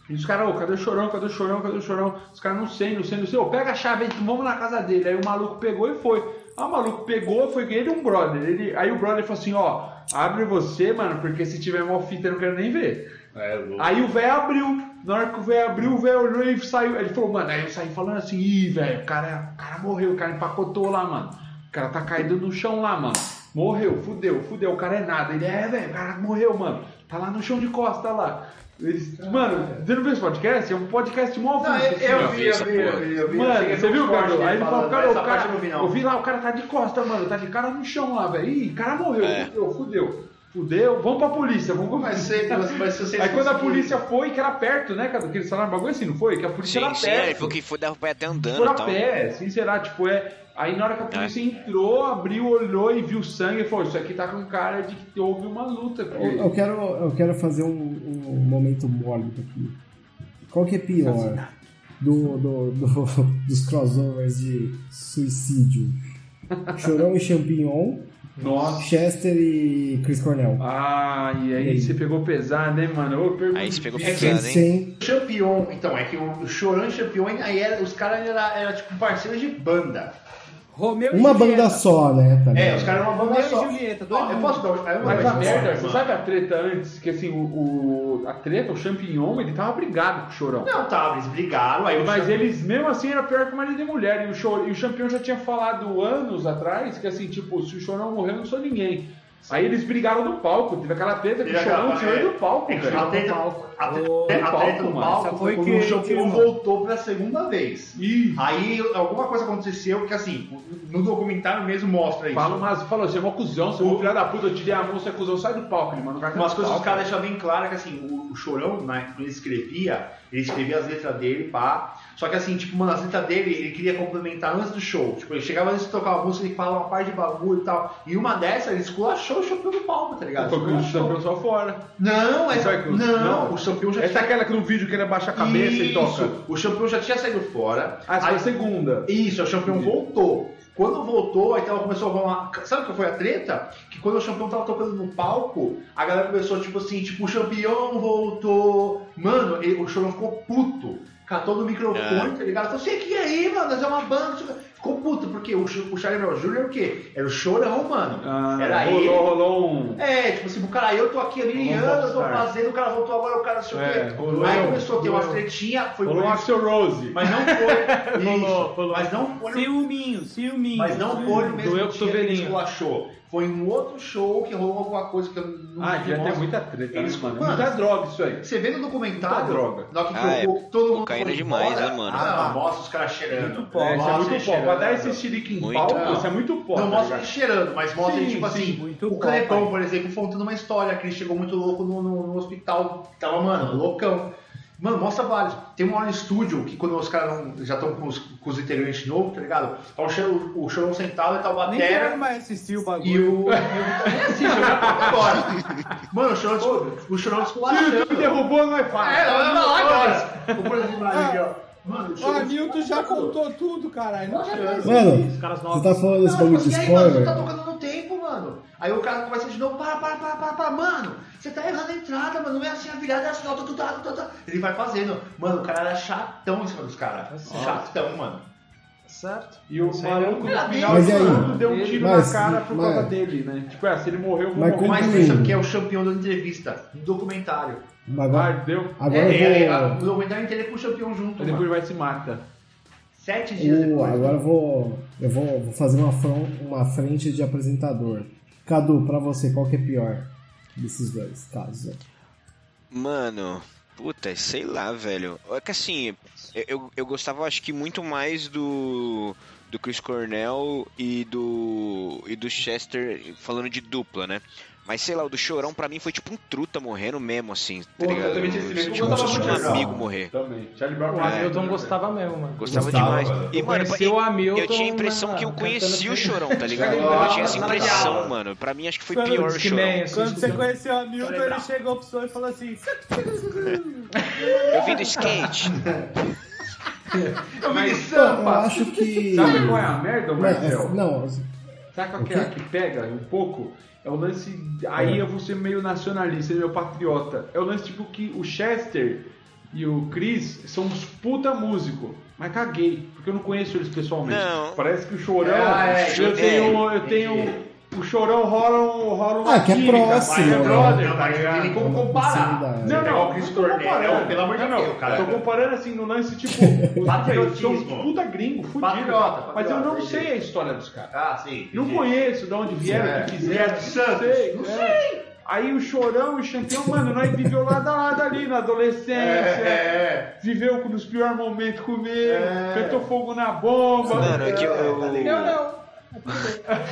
E os caras, ô, cadê o chorão? Cadê o chorão? Cadê o chorão? Os caras não sei, não sei, não sei. Ô, pega a chave aí, vamos na casa dele. Aí o maluco pegou e foi. Aí o maluco pegou, foi ele e um brother. Ele, aí o brother falou assim, ó, abre você, mano, porque se tiver mal fita eu não quero nem ver. É louco. Aí o velho abriu. Na hora que o velho abriu, o velho olhou e saiu. Ele falou, mano, aí eu saí falando assim, ih, velho, o cara, o cara morreu, o cara empacotou lá, mano. O cara tá caído no chão lá, mano. Morreu, fudeu, fudeu, o cara é nada. Ele é, velho, o cara morreu, mano. Tá lá no chão de costa lá. Eles- mano, você não viu esse podcast? É um podcast mó Não, ofensa, eu, assim, eu ó. vi, eu vi, eu vi, eu vi. Eu Mano, cheguei você no viu, corte cara? dele Aí ele falou, falando, cara, o essa parte cara. eu não vi, não. Eu vi lá, o cara tá de costa, mano. Tá de cara no chão lá, velho. Ih, o cara morreu, É. fudeu, fudeu. Fudeu, vamos pra polícia, vamos conversar. Mas sei que você- mas se vocês Aí quando a conseguirem- polícia foi, que era perto, né, cara? Que eles falaram um bagulho assim, não foi? Que a polícia Sim, era sim, é, então. perto. ele falou que foi dar pra até andando Por e a tal. pé, sim, será? Tipo, é. Aí na hora que a É. polícia entrou, abriu, olhou e viu sangue e falou: Isso aqui tá com cara de que houve uma luta. porque- Eu, eu quero, eu quero fazer um, um momento mórbido aqui. Qual que é pior? Do, do, do- dos crossovers de suicídio. Chorão e Champignon, Nossa. Chester e Chris Tá Cornell. Ah, e aí E aí? você pegou pesado, né, mano? Ô, pergunta Aí você pegou difícil. pesado, hein? Sem Champion, então, é que o o Chorão e Champion, aí era- os caras eram era, tipo parceiros de banda. Romeu e uma Julieta. banda só, né? tá É, ligado? os caras eram uma banda Romeu e só. Julieta, dois Ó, eu mundos. posso dar um- é, uma- eu vou Mas dar a uma merda, história, você mano. sabe a treta antes? Que assim, o, o- a treta, o champignon, ele tava brigado com o chorão. Não, tá, eles brigaram, aí o Mas Champion- eles, mesmo assim, era pior que marido e mulher. E o, Chor- e o Champion já tinha falado anos atrás que, assim, tipo, se o Chorão morrer, eu não sou ninguém. Aí eles brigaram no palco. Teve aquela treta que Teve o Chorão aquela- tirou ele do palco, É que velho. a treta, a treta- Ô, palco, a treta do mano. palco Essa foi foi quando que- o Champion que- voltou pela segunda vez. Ih, Aí alguma coisa aconteceu que, assim, no documentário mesmo mostra isso. fala umas, falou, você é mó cuzão, você é mó filho da puta, eu tirei a mão, você é cuzão, sai do palco, ele, mano. O cara tá Umas no coisas que palco. os caras deixavam bem claro que assim, o, o Chorão, né, quando ele escrevia, ele escrevia as letras dele, pá. Só que assim, tipo, mano, as letras dele, ele queria complementar antes do show. Tipo, ele chegava antes de tocar uma música, ele falava uma parte de bagulho e tal. E uma dessa, ele esculachou o Champion do palco, tá ligado? Foi com o Esculachou. Champion só fora. Não, Foi essa, com- não, não. o Champion já Essa é aquela que no vídeo que ele abaixa a cabeça e toca. Isso, O Champion já tinha saído fora. Ah, essa foi a segunda. Isso, o campeão voltou. Quando voltou, aí tava, começou a rolar. Sabe o que foi a treta? Que quando o campeão tava tocando no palco, a galera começou tipo assim, tipo, o campeão voltou. Mano, ele- o chorão ficou puto. Catou no microfone, tá ligado? Falou assim, que aí, mano, nós é uma banda. não sei o quê." Ficou puto, porque o, Ch- o Charlie Brown Jr. era o quê? Era o chorão, mano. Ah, Era rolou, ele. rolou um... É, tipo assim, o cara, eu tô aqui há mil Rolou um anos, eu tô popstar. fazendo, o cara voltou agora, o cara não sei o É, quê. rolou, Aí começou a ter umas rolou. tretinhas, foi Rolou um por isso. Axel Rose. Mas não foi. Isso. Rolou, rolou. Mas não foi. Ciúminho, ciúminho. Mas não foi no mesmo Doeu o dia que ele cotovelinho. esculachou. Foi em um outro show que rolou alguma coisa que eu não Ah, vi já tem mostra. muita treta, né, Eles- mano? Mano, Muita droga isso aí. Você vê no documentário, Muita droga. na hora que Ah, é. tocou, todo mundo Cocaína foi demais, embora. né, mano? Ah, mostra os caras cheirando. Muito pó. É, isso é Mostra né, muito eles pó. Pra cheirando. dar esse xerique em Muito. palco, Não. isso é muito pó. Não tá mostra ligado? eles cheirando, mas mostra Sim, ele, tipo sim, assim, muito o pó, Clepão, pai. por exemplo, contando uma história que ele chegou muito louco no, no- no hospital, tava, mano, loucão. Mano, mostra vários. Tem uma hora no estúdio que quando os caras não- já estão com os, com os integrantes novos, tá ligado? Tá o, cheiro, o chorão sentado e tá o Nem quero batera mais assistir o e bagulho. o... É assim, eu já tô embora. Mano, o chorão, des- o chorão Se o desculachando. YouTube derrubou no Wi-Fi. É, não, vai lá agora. Vou pôr esse imagem aqui, ó. Mano, o Ó, Chorão Milton Ah, já contou tudo, caralho. Não quero mais Mano, Os caras você novos. tá falando desse Não, bagulho de tipo assim, aí, mano, você tá spoiler? tocando no tempo, mano. Aí o cara começa de novo, para, para, para, para, para, mano. Você tá errando a entrada, mano. Não é assim a virada, é assim, ó, tu, tu, tu, tu, tu. Ele vai fazendo. Mano, o cara era chatão em cima dos caras. Nossa. Chatão, mano. Certo. é E o maluco no Mas final e do aí? ano deu um tiro Mas- na cara por mas- causa dele, né? Tipo, ah, se ele morreu, eu vou Mas morrer. Mas Concluindo. isso aqui é o campeão da entrevista, do documentário. Ah, Agora, deu. É, agora é, eu a- vou. o documentário inteiro é com o campeão junto. Aí depois mano. vai e se mata. Sete dias O- depois. agora eu vou. Eu vou, vou fazer uma, fron- uma frente de apresentador. Cadu, pra você, qual que é pior desses dois casos? Mano, puta, sei lá, velho. É que assim, eu- eu, eu gostava acho que muito mais do do Chris Cornell e do e do Chester falando de dupla, né? Mas sei lá, o do chorão pra mim foi tipo um truta morrendo mesmo, assim. Tá Puta, ligado? eu também tinha esse mesmo, tipo, eu gostava se muito um de Charlie amigo Brown. morrer. Também. Charlie Brown O pra mim, Hamilton né? gostava mesmo, mano. Gostava, Gostava, demais. mano. E, mano, Conheci o Hamilton eu tinha a impressão na- que eu cantando conheci o Feliz- chorão, tá ligado? Charlie Brown, Eu tinha essa tá ligado. impressão, mano. Pra mim acho que foi Quando pior o Disque chorão. Man, assim, Quando você escutando. conheceu o Hamilton, ele chegou pro senhor e falou assim: Eu vim do skate. Eu vi de Eu sampa. acho que. Sabe qual é a merda, Não, é- Marcel? Não, Sabe qual que é a que pega um pouco? É o lance. É. Aí eu vou ser meio nacionalista, meio patriota. É o lance tipo que o Chester e o Chris são uns puta músico. Mas caguei, porque eu não conheço eles pessoalmente. Não. Parece que o chorão. Ah, é, eu é, tenho. Eu tenho. O chorão rola, um- rola uma Ah, que é química, próximo, mas é né? brother, Não, tá mas não tem ligado? É nem como É Uma comparar. proximidade. Não, não, o Chris não tô comparando. Cornell, pelo amor de né? Não, Deus, não, cara. é Tô comparando assim no lance, tipo, os caras são uns Patriotismo. puta gringo, fudido. Patriota, mas eu não patriota, sei entendi. a história dos caras. Ah, sim. Não entendi. conheço de onde vieram, É. o que fizeram. Vieram de Santos? Não sei. Aí o chorão e o Chanteu, mano, nós viveu lado a lado ali na É, né? adolescência. é, Viveu nos piores momentos comigo, É. cantou fogo na bomba. Mano, é que eu. Eu não.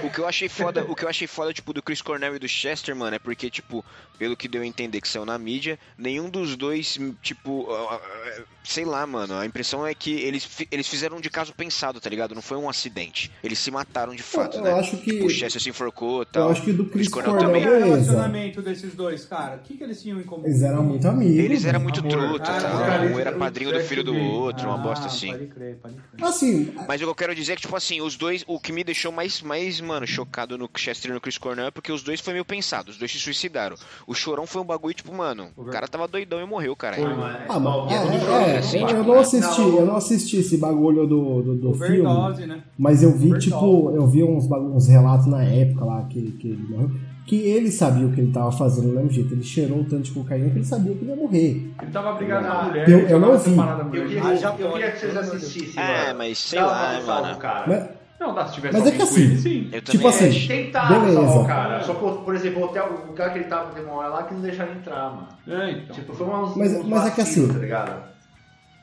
O que eu achei foda, o que eu achei foda, tipo, do Chris Cornell e do Chester, mano, é porque, tipo, pelo que deu a entender que saiu na mídia, nenhum dos dois, m, tipo, ah, ah, ah, sei lá, mano, a impressão é que eles, fi- eles fizeram de caso pensado, tá ligado? Não foi um acidente. Eles se mataram de fato, eu né? acho que- Tipo, o Chester se enforcou e tal. eu acho que do Chris Cornell Cornell, Como era o beleza. é relacionamento desses dois, cara? O que, que eles tinham em comum? Eles eram muito amigos. Eles eram né? muito truta, Ah, tal. vocalista Um era do padrinho do Sex filho do Gay. outro, uma Ah, bosta assim. Pode crer, pode crer. Assim, Mas o que eu quero dizer é que, tipo assim, os dois, o que me deixou mais, mais mano, chocado no Chester e no Chris Cornell é porque os dois foi meio pensado, os dois se suicidaram. O chorão foi um bagulho, tipo, mano, o cara tava doidão e morreu, cara. mano. ah, mano, é, jovem, é, assim, eu- tipo, eu não né? assisti, eu não assisti esse bagulho do, do, do filme. Overdose, né? Mas eu vi, Overdose. tipo, eu vi uns, bagu- uns relatos na época lá que, que ele morreu. Que ele sabia o que ele tava fazendo do mesmo jeito. Ele cheirou um tanto de cocaína que ele sabia que ele ia morrer. Ele tava brigado com a mulher. Eu- ele eu tava não vi. separado da mulher. Eu Ah, queria, já eu queria pode. que vocês assistissem. É, mano. mas sei Dá lá, uma salva, mano. Cara. É, Mas, Ah, Não dá, se tivesse mas é que alguém com ele, assim, sim. Eu tipo também assim, acho. Tentar Beleza. salvar o cara. Só por, por exemplo, o hotel, o cara que ele tava demorando lá que não deixaram entrar, mano. É, então. Tipo, foi uma. Mas- uns mas é que vacilos, assim- Tá ligado?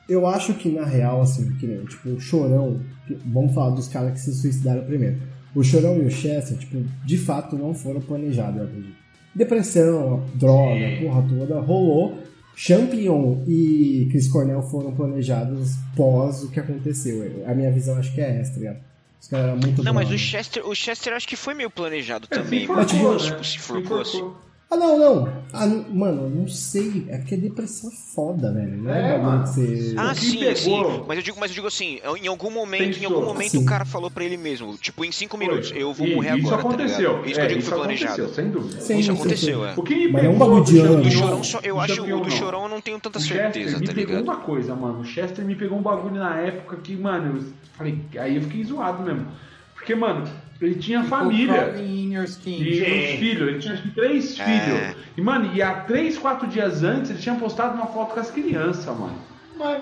Eu acho que na real, assim, que nem, tipo, o Chorão. que- vamos falar dos caras que se suicidaram primeiro. O Chorão e o Chester, tipo, de fato não foram planejados, eu acredito. Depressão, droga, porra toda, rolou. Champion e Chris Cornell foram planejados pós o que aconteceu. Eu- A minha visão acho que é essa, tá ligado? Os caras eram muito Não, mas o droga. Chester, o Chester acho que foi meio planejado É, também, enforcou, mano. tipo, né? tipo, se enforcou, assim. Ah, não, não. Ah, n- mano, eu não sei. É que é depressão foda, velho. Não É, é, bagulho mano. que você. Ah, que sim, pegou? sim. Mas eu digo, mas eu digo assim, em algum momento, em Pensou. algum momento Sim. o cara falou pra ele mesmo, tipo, em cinco minutos, eu vou E- morrer isso agora. tá ligado? Aconteceu. isso que É, eu digo que isso foi planejado. aconteceu, sem dúvida. Sim, Isso sim, aconteceu, sim. é. O que me Mas é um pegou bagulho do de Champion- ano. Do O chorão só, eu do acho, Champion o do não. chorão eu não tenho tanta O Chester certeza, me tá pegou ligado? uma coisa, mano. O Chester me pegou um bagulho na época que, mano, eu falei, aí eu fiquei zoado mesmo. Porque, mano, ele tinha família. Crawling in your E skin. os filhos, ele tinha acho que três filhos. E, mano, e há três, quatro dias antes ele tinha postado uma foto com as crianças, mano.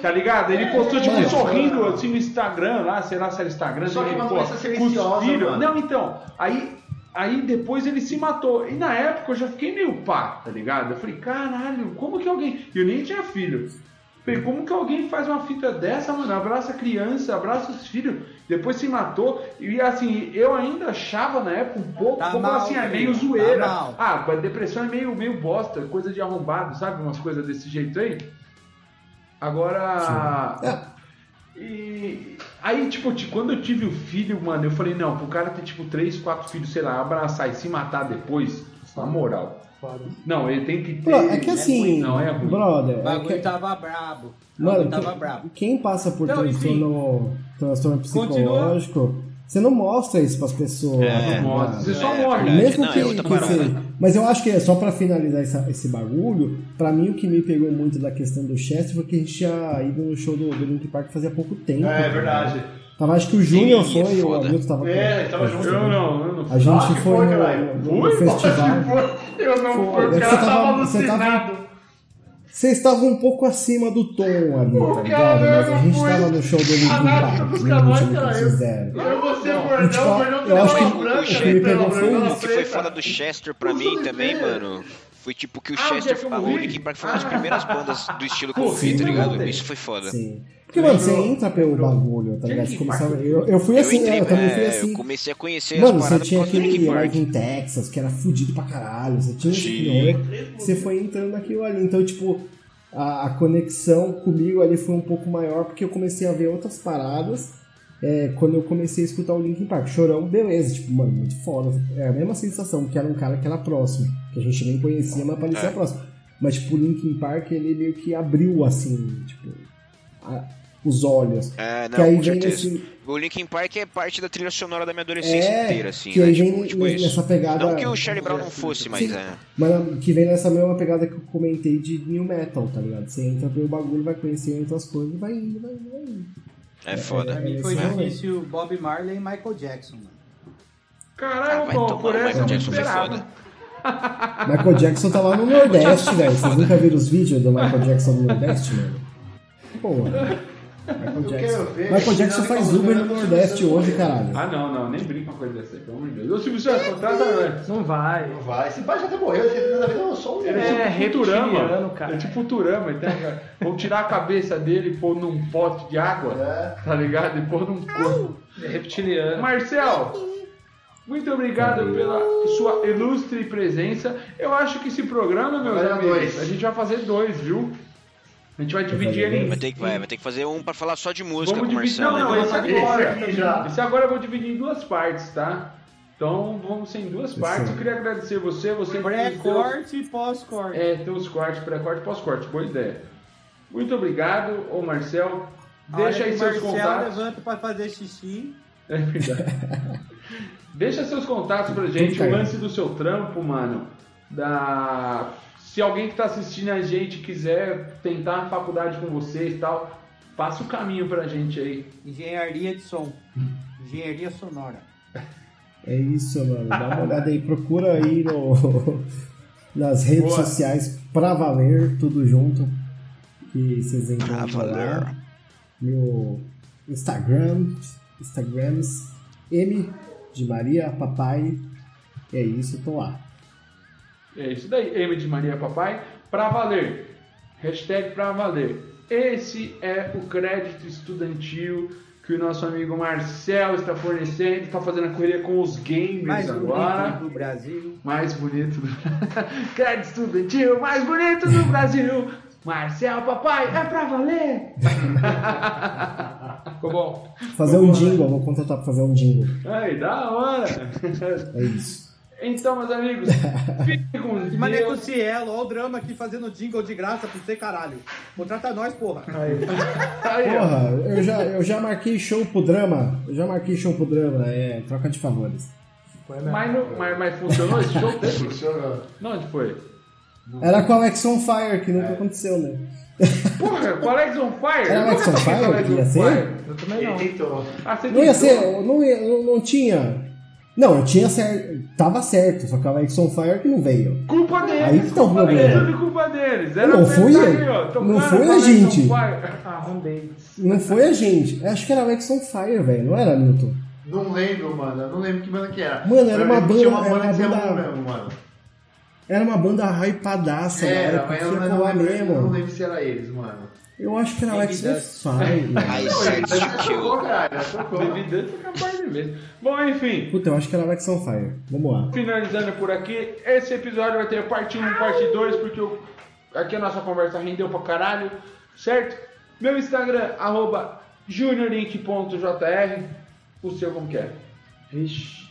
Tá ligado? é, Ele postou, tipo, Mano, sorrindo assim no Instagram, lá, sei lá se era Instagram, Só que ele, uma pô, doença com os silenciosa, filhos. mano. Não, então, aí, aí depois ele se matou. E na época eu já fiquei meio pá, tá ligado? Eu falei, caralho, como que alguém. E eu nem tinha filho. Falei, como que alguém faz uma fita dessa, mano? Abraça a criança, abraça os filhos, depois se matou. E assim, eu ainda achava na época um pouco, Tá como mal, assim, é filho, meio tá zoeira. mal. ah, mas depressão é meio, meio bosta, coisa de arrombado, sabe? Umas coisas desse jeito aí. Agora. É, E aí, tipo, ti- quando eu tive o filho, mano, eu falei, não, pro cara ter, tipo, três, quatro filhos, sei lá, abraçar e se matar depois, na moral. Foda. Não, ele tem que ter. Bro, é que assim, ruim, não, é ruim. brother, O é que- bagulho tava brabo. O bagulho Mano, tava que- brabo. quem passa por Então, transtorno, transtorno psicológico, você não mostra isso pras pessoas. tá Não ligado? morre, Você só É, morre. né? verdade. Mesmo Não, que, é outra que parada. você- Mas eu acho que é só pra finalizar essa- esse bagulho, pra mim o que me pegou muito da questão do Chester foi que a gente tinha ido no show do, do Link Park fazia pouco tempo. né? É verdade. Tava, acho que o Júnior Sim, é foi, o foda. Hamilton tava É, tava junto. Eu não, eu não. A gente Ah, que foi foi, no, caralho. no Fui, festival. Tipo, Eu não Foi, porque tá. você ela tava- tava você tava- alucinado. Vocês estavam um pouco acima do tom ali, tá ligado? Caramba, Mas a gente foi. tava no show do Linkin A Nath Park, dos no Canoas último que era eles eu. fizeram. Eu vou ser o Não, tipo, Bordão, o Bordão eu tem acho uma que- branca, acho que ele tem uma pegou branca, foi uma isso. O que foi preta. fora do Chester pra mim também, mano, Foi tipo que o Ah, o Chester Jeff falou Moody? e que Park foi uma das Ah. primeiras bandas do estilo que eu Pô, vi, sim, tá ligado? voltei. Isso foi foda. Sim. Porque, mano, você Lembrou- entra pelo lembrou- bagulho, tá Tinha ligado? Você que começa- marcar. Eu, eu fui assim, entrei- né? Eu também é, fui assim. eu comecei a conhecer Mano, as você paradas por tinha causa do Linkin aquele Park. live em Texas que era fudido pra caralho, você tinha aquele Sim. rolê, você foi entrando naquilo ali. Então, tipo, a, a conexão comigo ali foi um pouco maior porque eu comecei a ver outras paradas é, quando eu comecei a escutar o Linkin Park. Chorão, beleza, tipo, mano, muito foda. É a mesma sensação, que era um cara que era próximo, que a gente nem conhecia, mas parecia É. próximo. Mas, tipo, o Linkin Park, ele meio que abriu, assim, tipo, a- os olhos. É, não, que aí com vem certeza. esse, O Linkin Park é parte da trilha sonora da minha adolescência É, inteira, assim, que né? aí Tipo, vem tipo isso. nessa pegada... Não que o Charlie Brown não fosse, mas Sim. é. Mas que vem nessa mesma pegada que eu comentei de New Metal, tá ligado? Você entra pelo bagulho, vai conhecendo outras coisas e vai indo, vai indo, vai indo. É foda. Pra mim foi É. difícil Bob Marley e Michael Jackson, mano. Caralho, Ah, vai Paulo, tomar, por o essa eu Michael não Jackson foi esperava. foda. Michael Jackson tá lá no Nordeste, velho. Vocês nunca viram os vídeos do Michael Jackson no Nordeste, mano? Porra. Michael Eu Jackson. quero ver. é Michael Jackson Não, faz não, Uber não, no não, Nordeste não, hoje, não, caralho. Ah, não, não, nem brinca com uma coisa dessa aí, pelo amor de Deus. Ô, Silvio Santos, É contrata É tipo antes. Não vai. Não vai. Esse pai já até morreu, esse da vez não, só um Ele É, é tipo Futurama. reptiliano, cara. É tipo Futurama, então, cara. Vão tirar a cabeça dele e pôr num pote de água, É. tá ligado? E pôr num corpo. É reptiliano. É Marcel, muito obrigado pela sua ilustre presença. Eu acho que esse programa, meus Vai dar amigos, dois. a gente vai fazer dois, viu? A gente vai dividir fazer ele Vai em. ter, que, vai, vai ter que fazer um pra falar só de música Vamos com o dividir. Marcelo. Não, né? não, esse Esse agora. aqui já. Esse agora eu vou dividir em duas partes, tá? Então vamos ser em duas partes. Eu queria agradecer você, você que nos deu- Pré-corte e pós-corte. É, tem os cortes, pré-corte, pós-corte. Boa ideia. Muito obrigado, ô Marcel. A hora Deixa aí que seus Marcel contatos. levanta pra fazer xixi. É verdade. Deixa seus contatos pra gente, o lance do seu trampo, mano. Da... Se alguém que tá assistindo a gente quiser tentar a faculdade com você e tal, passa o caminho pra gente aí. Engenharia de som. Engenharia sonora. É isso, mano. Dá uma olhada aí. Procura aí no, nas redes Boa. sociais pra valer, tudo junto. Que vocês Pra encontram valer. lá. Meu Instagram, Instagrams, M de Maria, papai. É isso, tô lá. É isso daí, M de Maria Papai, pra valer. Hashtag pra valer. Esse é o crédito estudantil que o nosso amigo Marcel está fornecendo, está fazendo a correria com os gamers Mais agora. bonito né? do Brasil. Mais bonito do Crédito estudantil, mais bonito do Brasil. Marcel Papai, é pra valer. Ficou bom. Fazer um jingle, vou contratar pra fazer um jingle. Ai, da hora. É isso. Então, meus amigos, fiquem com E Mané Deus. é Cielo, ó o drama aqui fazendo jingle de graça pra você, caralho. Contrata nós, porra. Aí, ó. Porra, eu já, eu já marquei show pro drama. Eu já marquei show pro drama. É, troca de favores. Foi mesmo. Mas, não- mas, mas funcionou esse show? Teve? Funcionou. Não, onde foi? Era com Alex on Fire, que nunca É. aconteceu, né? Porra, Colex on Fire? Eu Era nunca Colex É on toquei Fire? Colex Ia on ser? Fire. Eu também Ele não. tentou. Ah, você Não ia tentou? ser, não, ia- não, não tinha. Não, eu tinha certo. Tava certo, só que a Exxon Fire que não veio. Culpa deles. Aí que tá o culpa deles, problema. tudo culpa deles. Era Não pra foi estar ele. aí, ó, Não tocando foi a Colex on gente. Fire. Ah, Arrundei. Não foi a gente. Acho que era a Exxon Fire, velho, não era, Milton? Não lembro, mano. Eu não lembro que banda que era. Mano, era Eu uma lembro que tinha banda- era que se uma chamava banda- mesmo, mano. Era uma banda hypadaça, Era, galera, É, mas que eu ia não, colar lembro, eu não mesmo. lembro se era eles, mano. Eu acho que era a Baby Exxon Dust. Fire. Aí Não, certo, ele tá- tio. Tocou, caralho, tocou. Baby Dance é capaz de mesmo. Bom, enfim. Puta, eu acho que era a Exxon Fire. Vamos lá. Finalizando por aqui, esse episódio vai ter parte 1 parte 2, porque eu- aqui a nossa conversa rendeu pra caralho, certo? Meu Instagram, arroba juniorink.jr, o seu como que é? Vixe.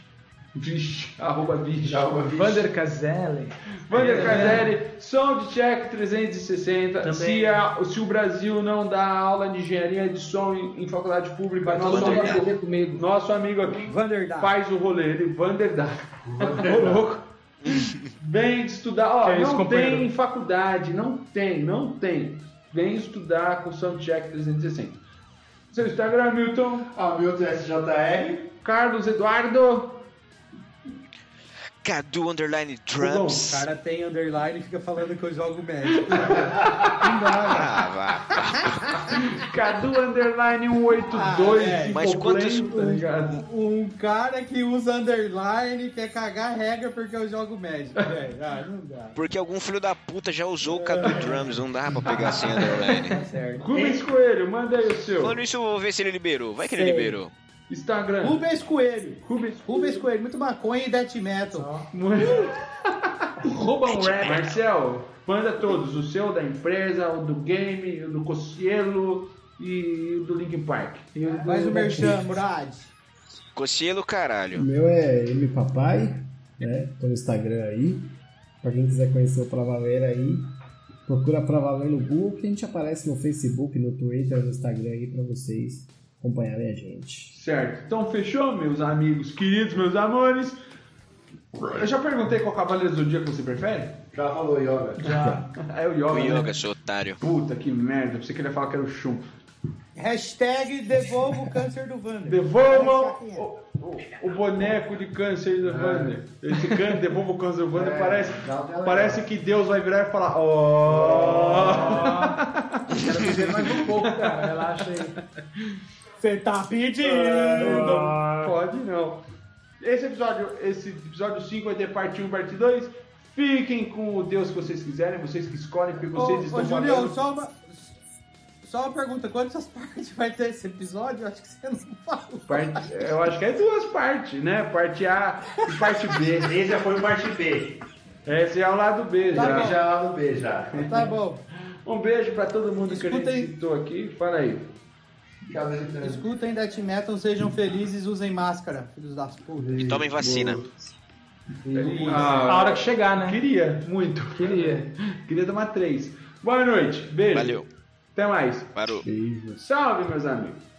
Vixe, arroba vixe. É. Já uma vez. Vander Caselli. Wander Caselli, Soundcheck 360. Se, a- se o Brasil não dá aula de engenharia de som em, em faculdade pública, nosso Vander Dá. amigo, nosso amigo aqui Vanderdar. faz o rolê, ele Vander dá. Ô, louco. Vem estudar, ó, Que é isso, não companheiro? tem em faculdade, não tem, não tem. Vem estudar com o Soundcheck 360. Seu Instagram, Milton, Ah, meu SJR. Carlos Eduardo. Cadu Underline Tá Bom, o Drums. cara tem underline e fica falando que eu jogo médico. Ah, vá. Cadu Underline 182. Ah, é. Mas quantos- incompleto, Tá ligado? Um cara que usa underline quer cagar regra porque eu jogo médico. velho. Ah, não dá. Porque algum filho da puta já usou o É. Cadu Drums, não dá pra pegar sem underline. Tá certo. Rubens Coelho, manda aí o seu. Falando isso, eu vou ver se ele liberou. Vai que ele Sei. liberou. Instagram. Rubens Coelho. Rubens. Rubens Coelho, muito maconha e death metal. Rouba um rap. Marcel, manda todos. O seu, da empresa, o do game, o do Cocielo e o do Linkin Park. um E o do- Faz o merchan, Murad. Cocielo, O caralho. meu é M Papai, né? Tô no Instagram aí. Pra quem quiser conhecer o Pra Valer aí, procura Pra Valer no Google que a gente aparece no Facebook, no Twitter, no Instagram aí pra vocês acompanharem a gente. Certo. Então, fechou, meus amigos, queridos, meus amores. Eu já perguntei qual Cavaleiro do Dia que você prefere? Já falou, Yoga. É o Yoga. O né? Yoga, seu otário. Puta que merda, você queria falar que era o Shun. Hashtag devolva o câncer do Wander. Devolvam é. o, o- o boneco de câncer do Wander. Esse câncer, devolva o câncer do Wander. Ah. É, parece dá uma tela parece que Deus vai virar e falar: Ó. Quero viver mais um pouco, cara. Relaxa aí. Você tá Não, pedindo. não pode não. Esse episódio, esse episódio 5 vai ter parte 1 parte 2. Fiquem com o Deus que vocês quiserem, vocês que escolhem, porque Ô, vocês ô estão Julião, valendo. só uma, só uma pergunta. Quantas partes vai ter esse episódio? Eu acho que você não falou. Parte- eu acho que é duas partes, né? Parte A e parte B. Esse já foi o parte B. Esse é o lado B Tá já. Já é lá no B, já. Tá bom. Um beijo pra todo mundo que a Escutem. gente citou aqui. Fala aí. Já vejo o trânsito. Escutem Death Metal, sejam felizes, usem máscara, filhos das putas. E tomem vacina. A Ah, hora que chegar, né? queria, muito. Queria. Queria tomar três. Boa noite. Beijo. Valeu. Até mais. Parou. Beijo. Salve, meus amigos.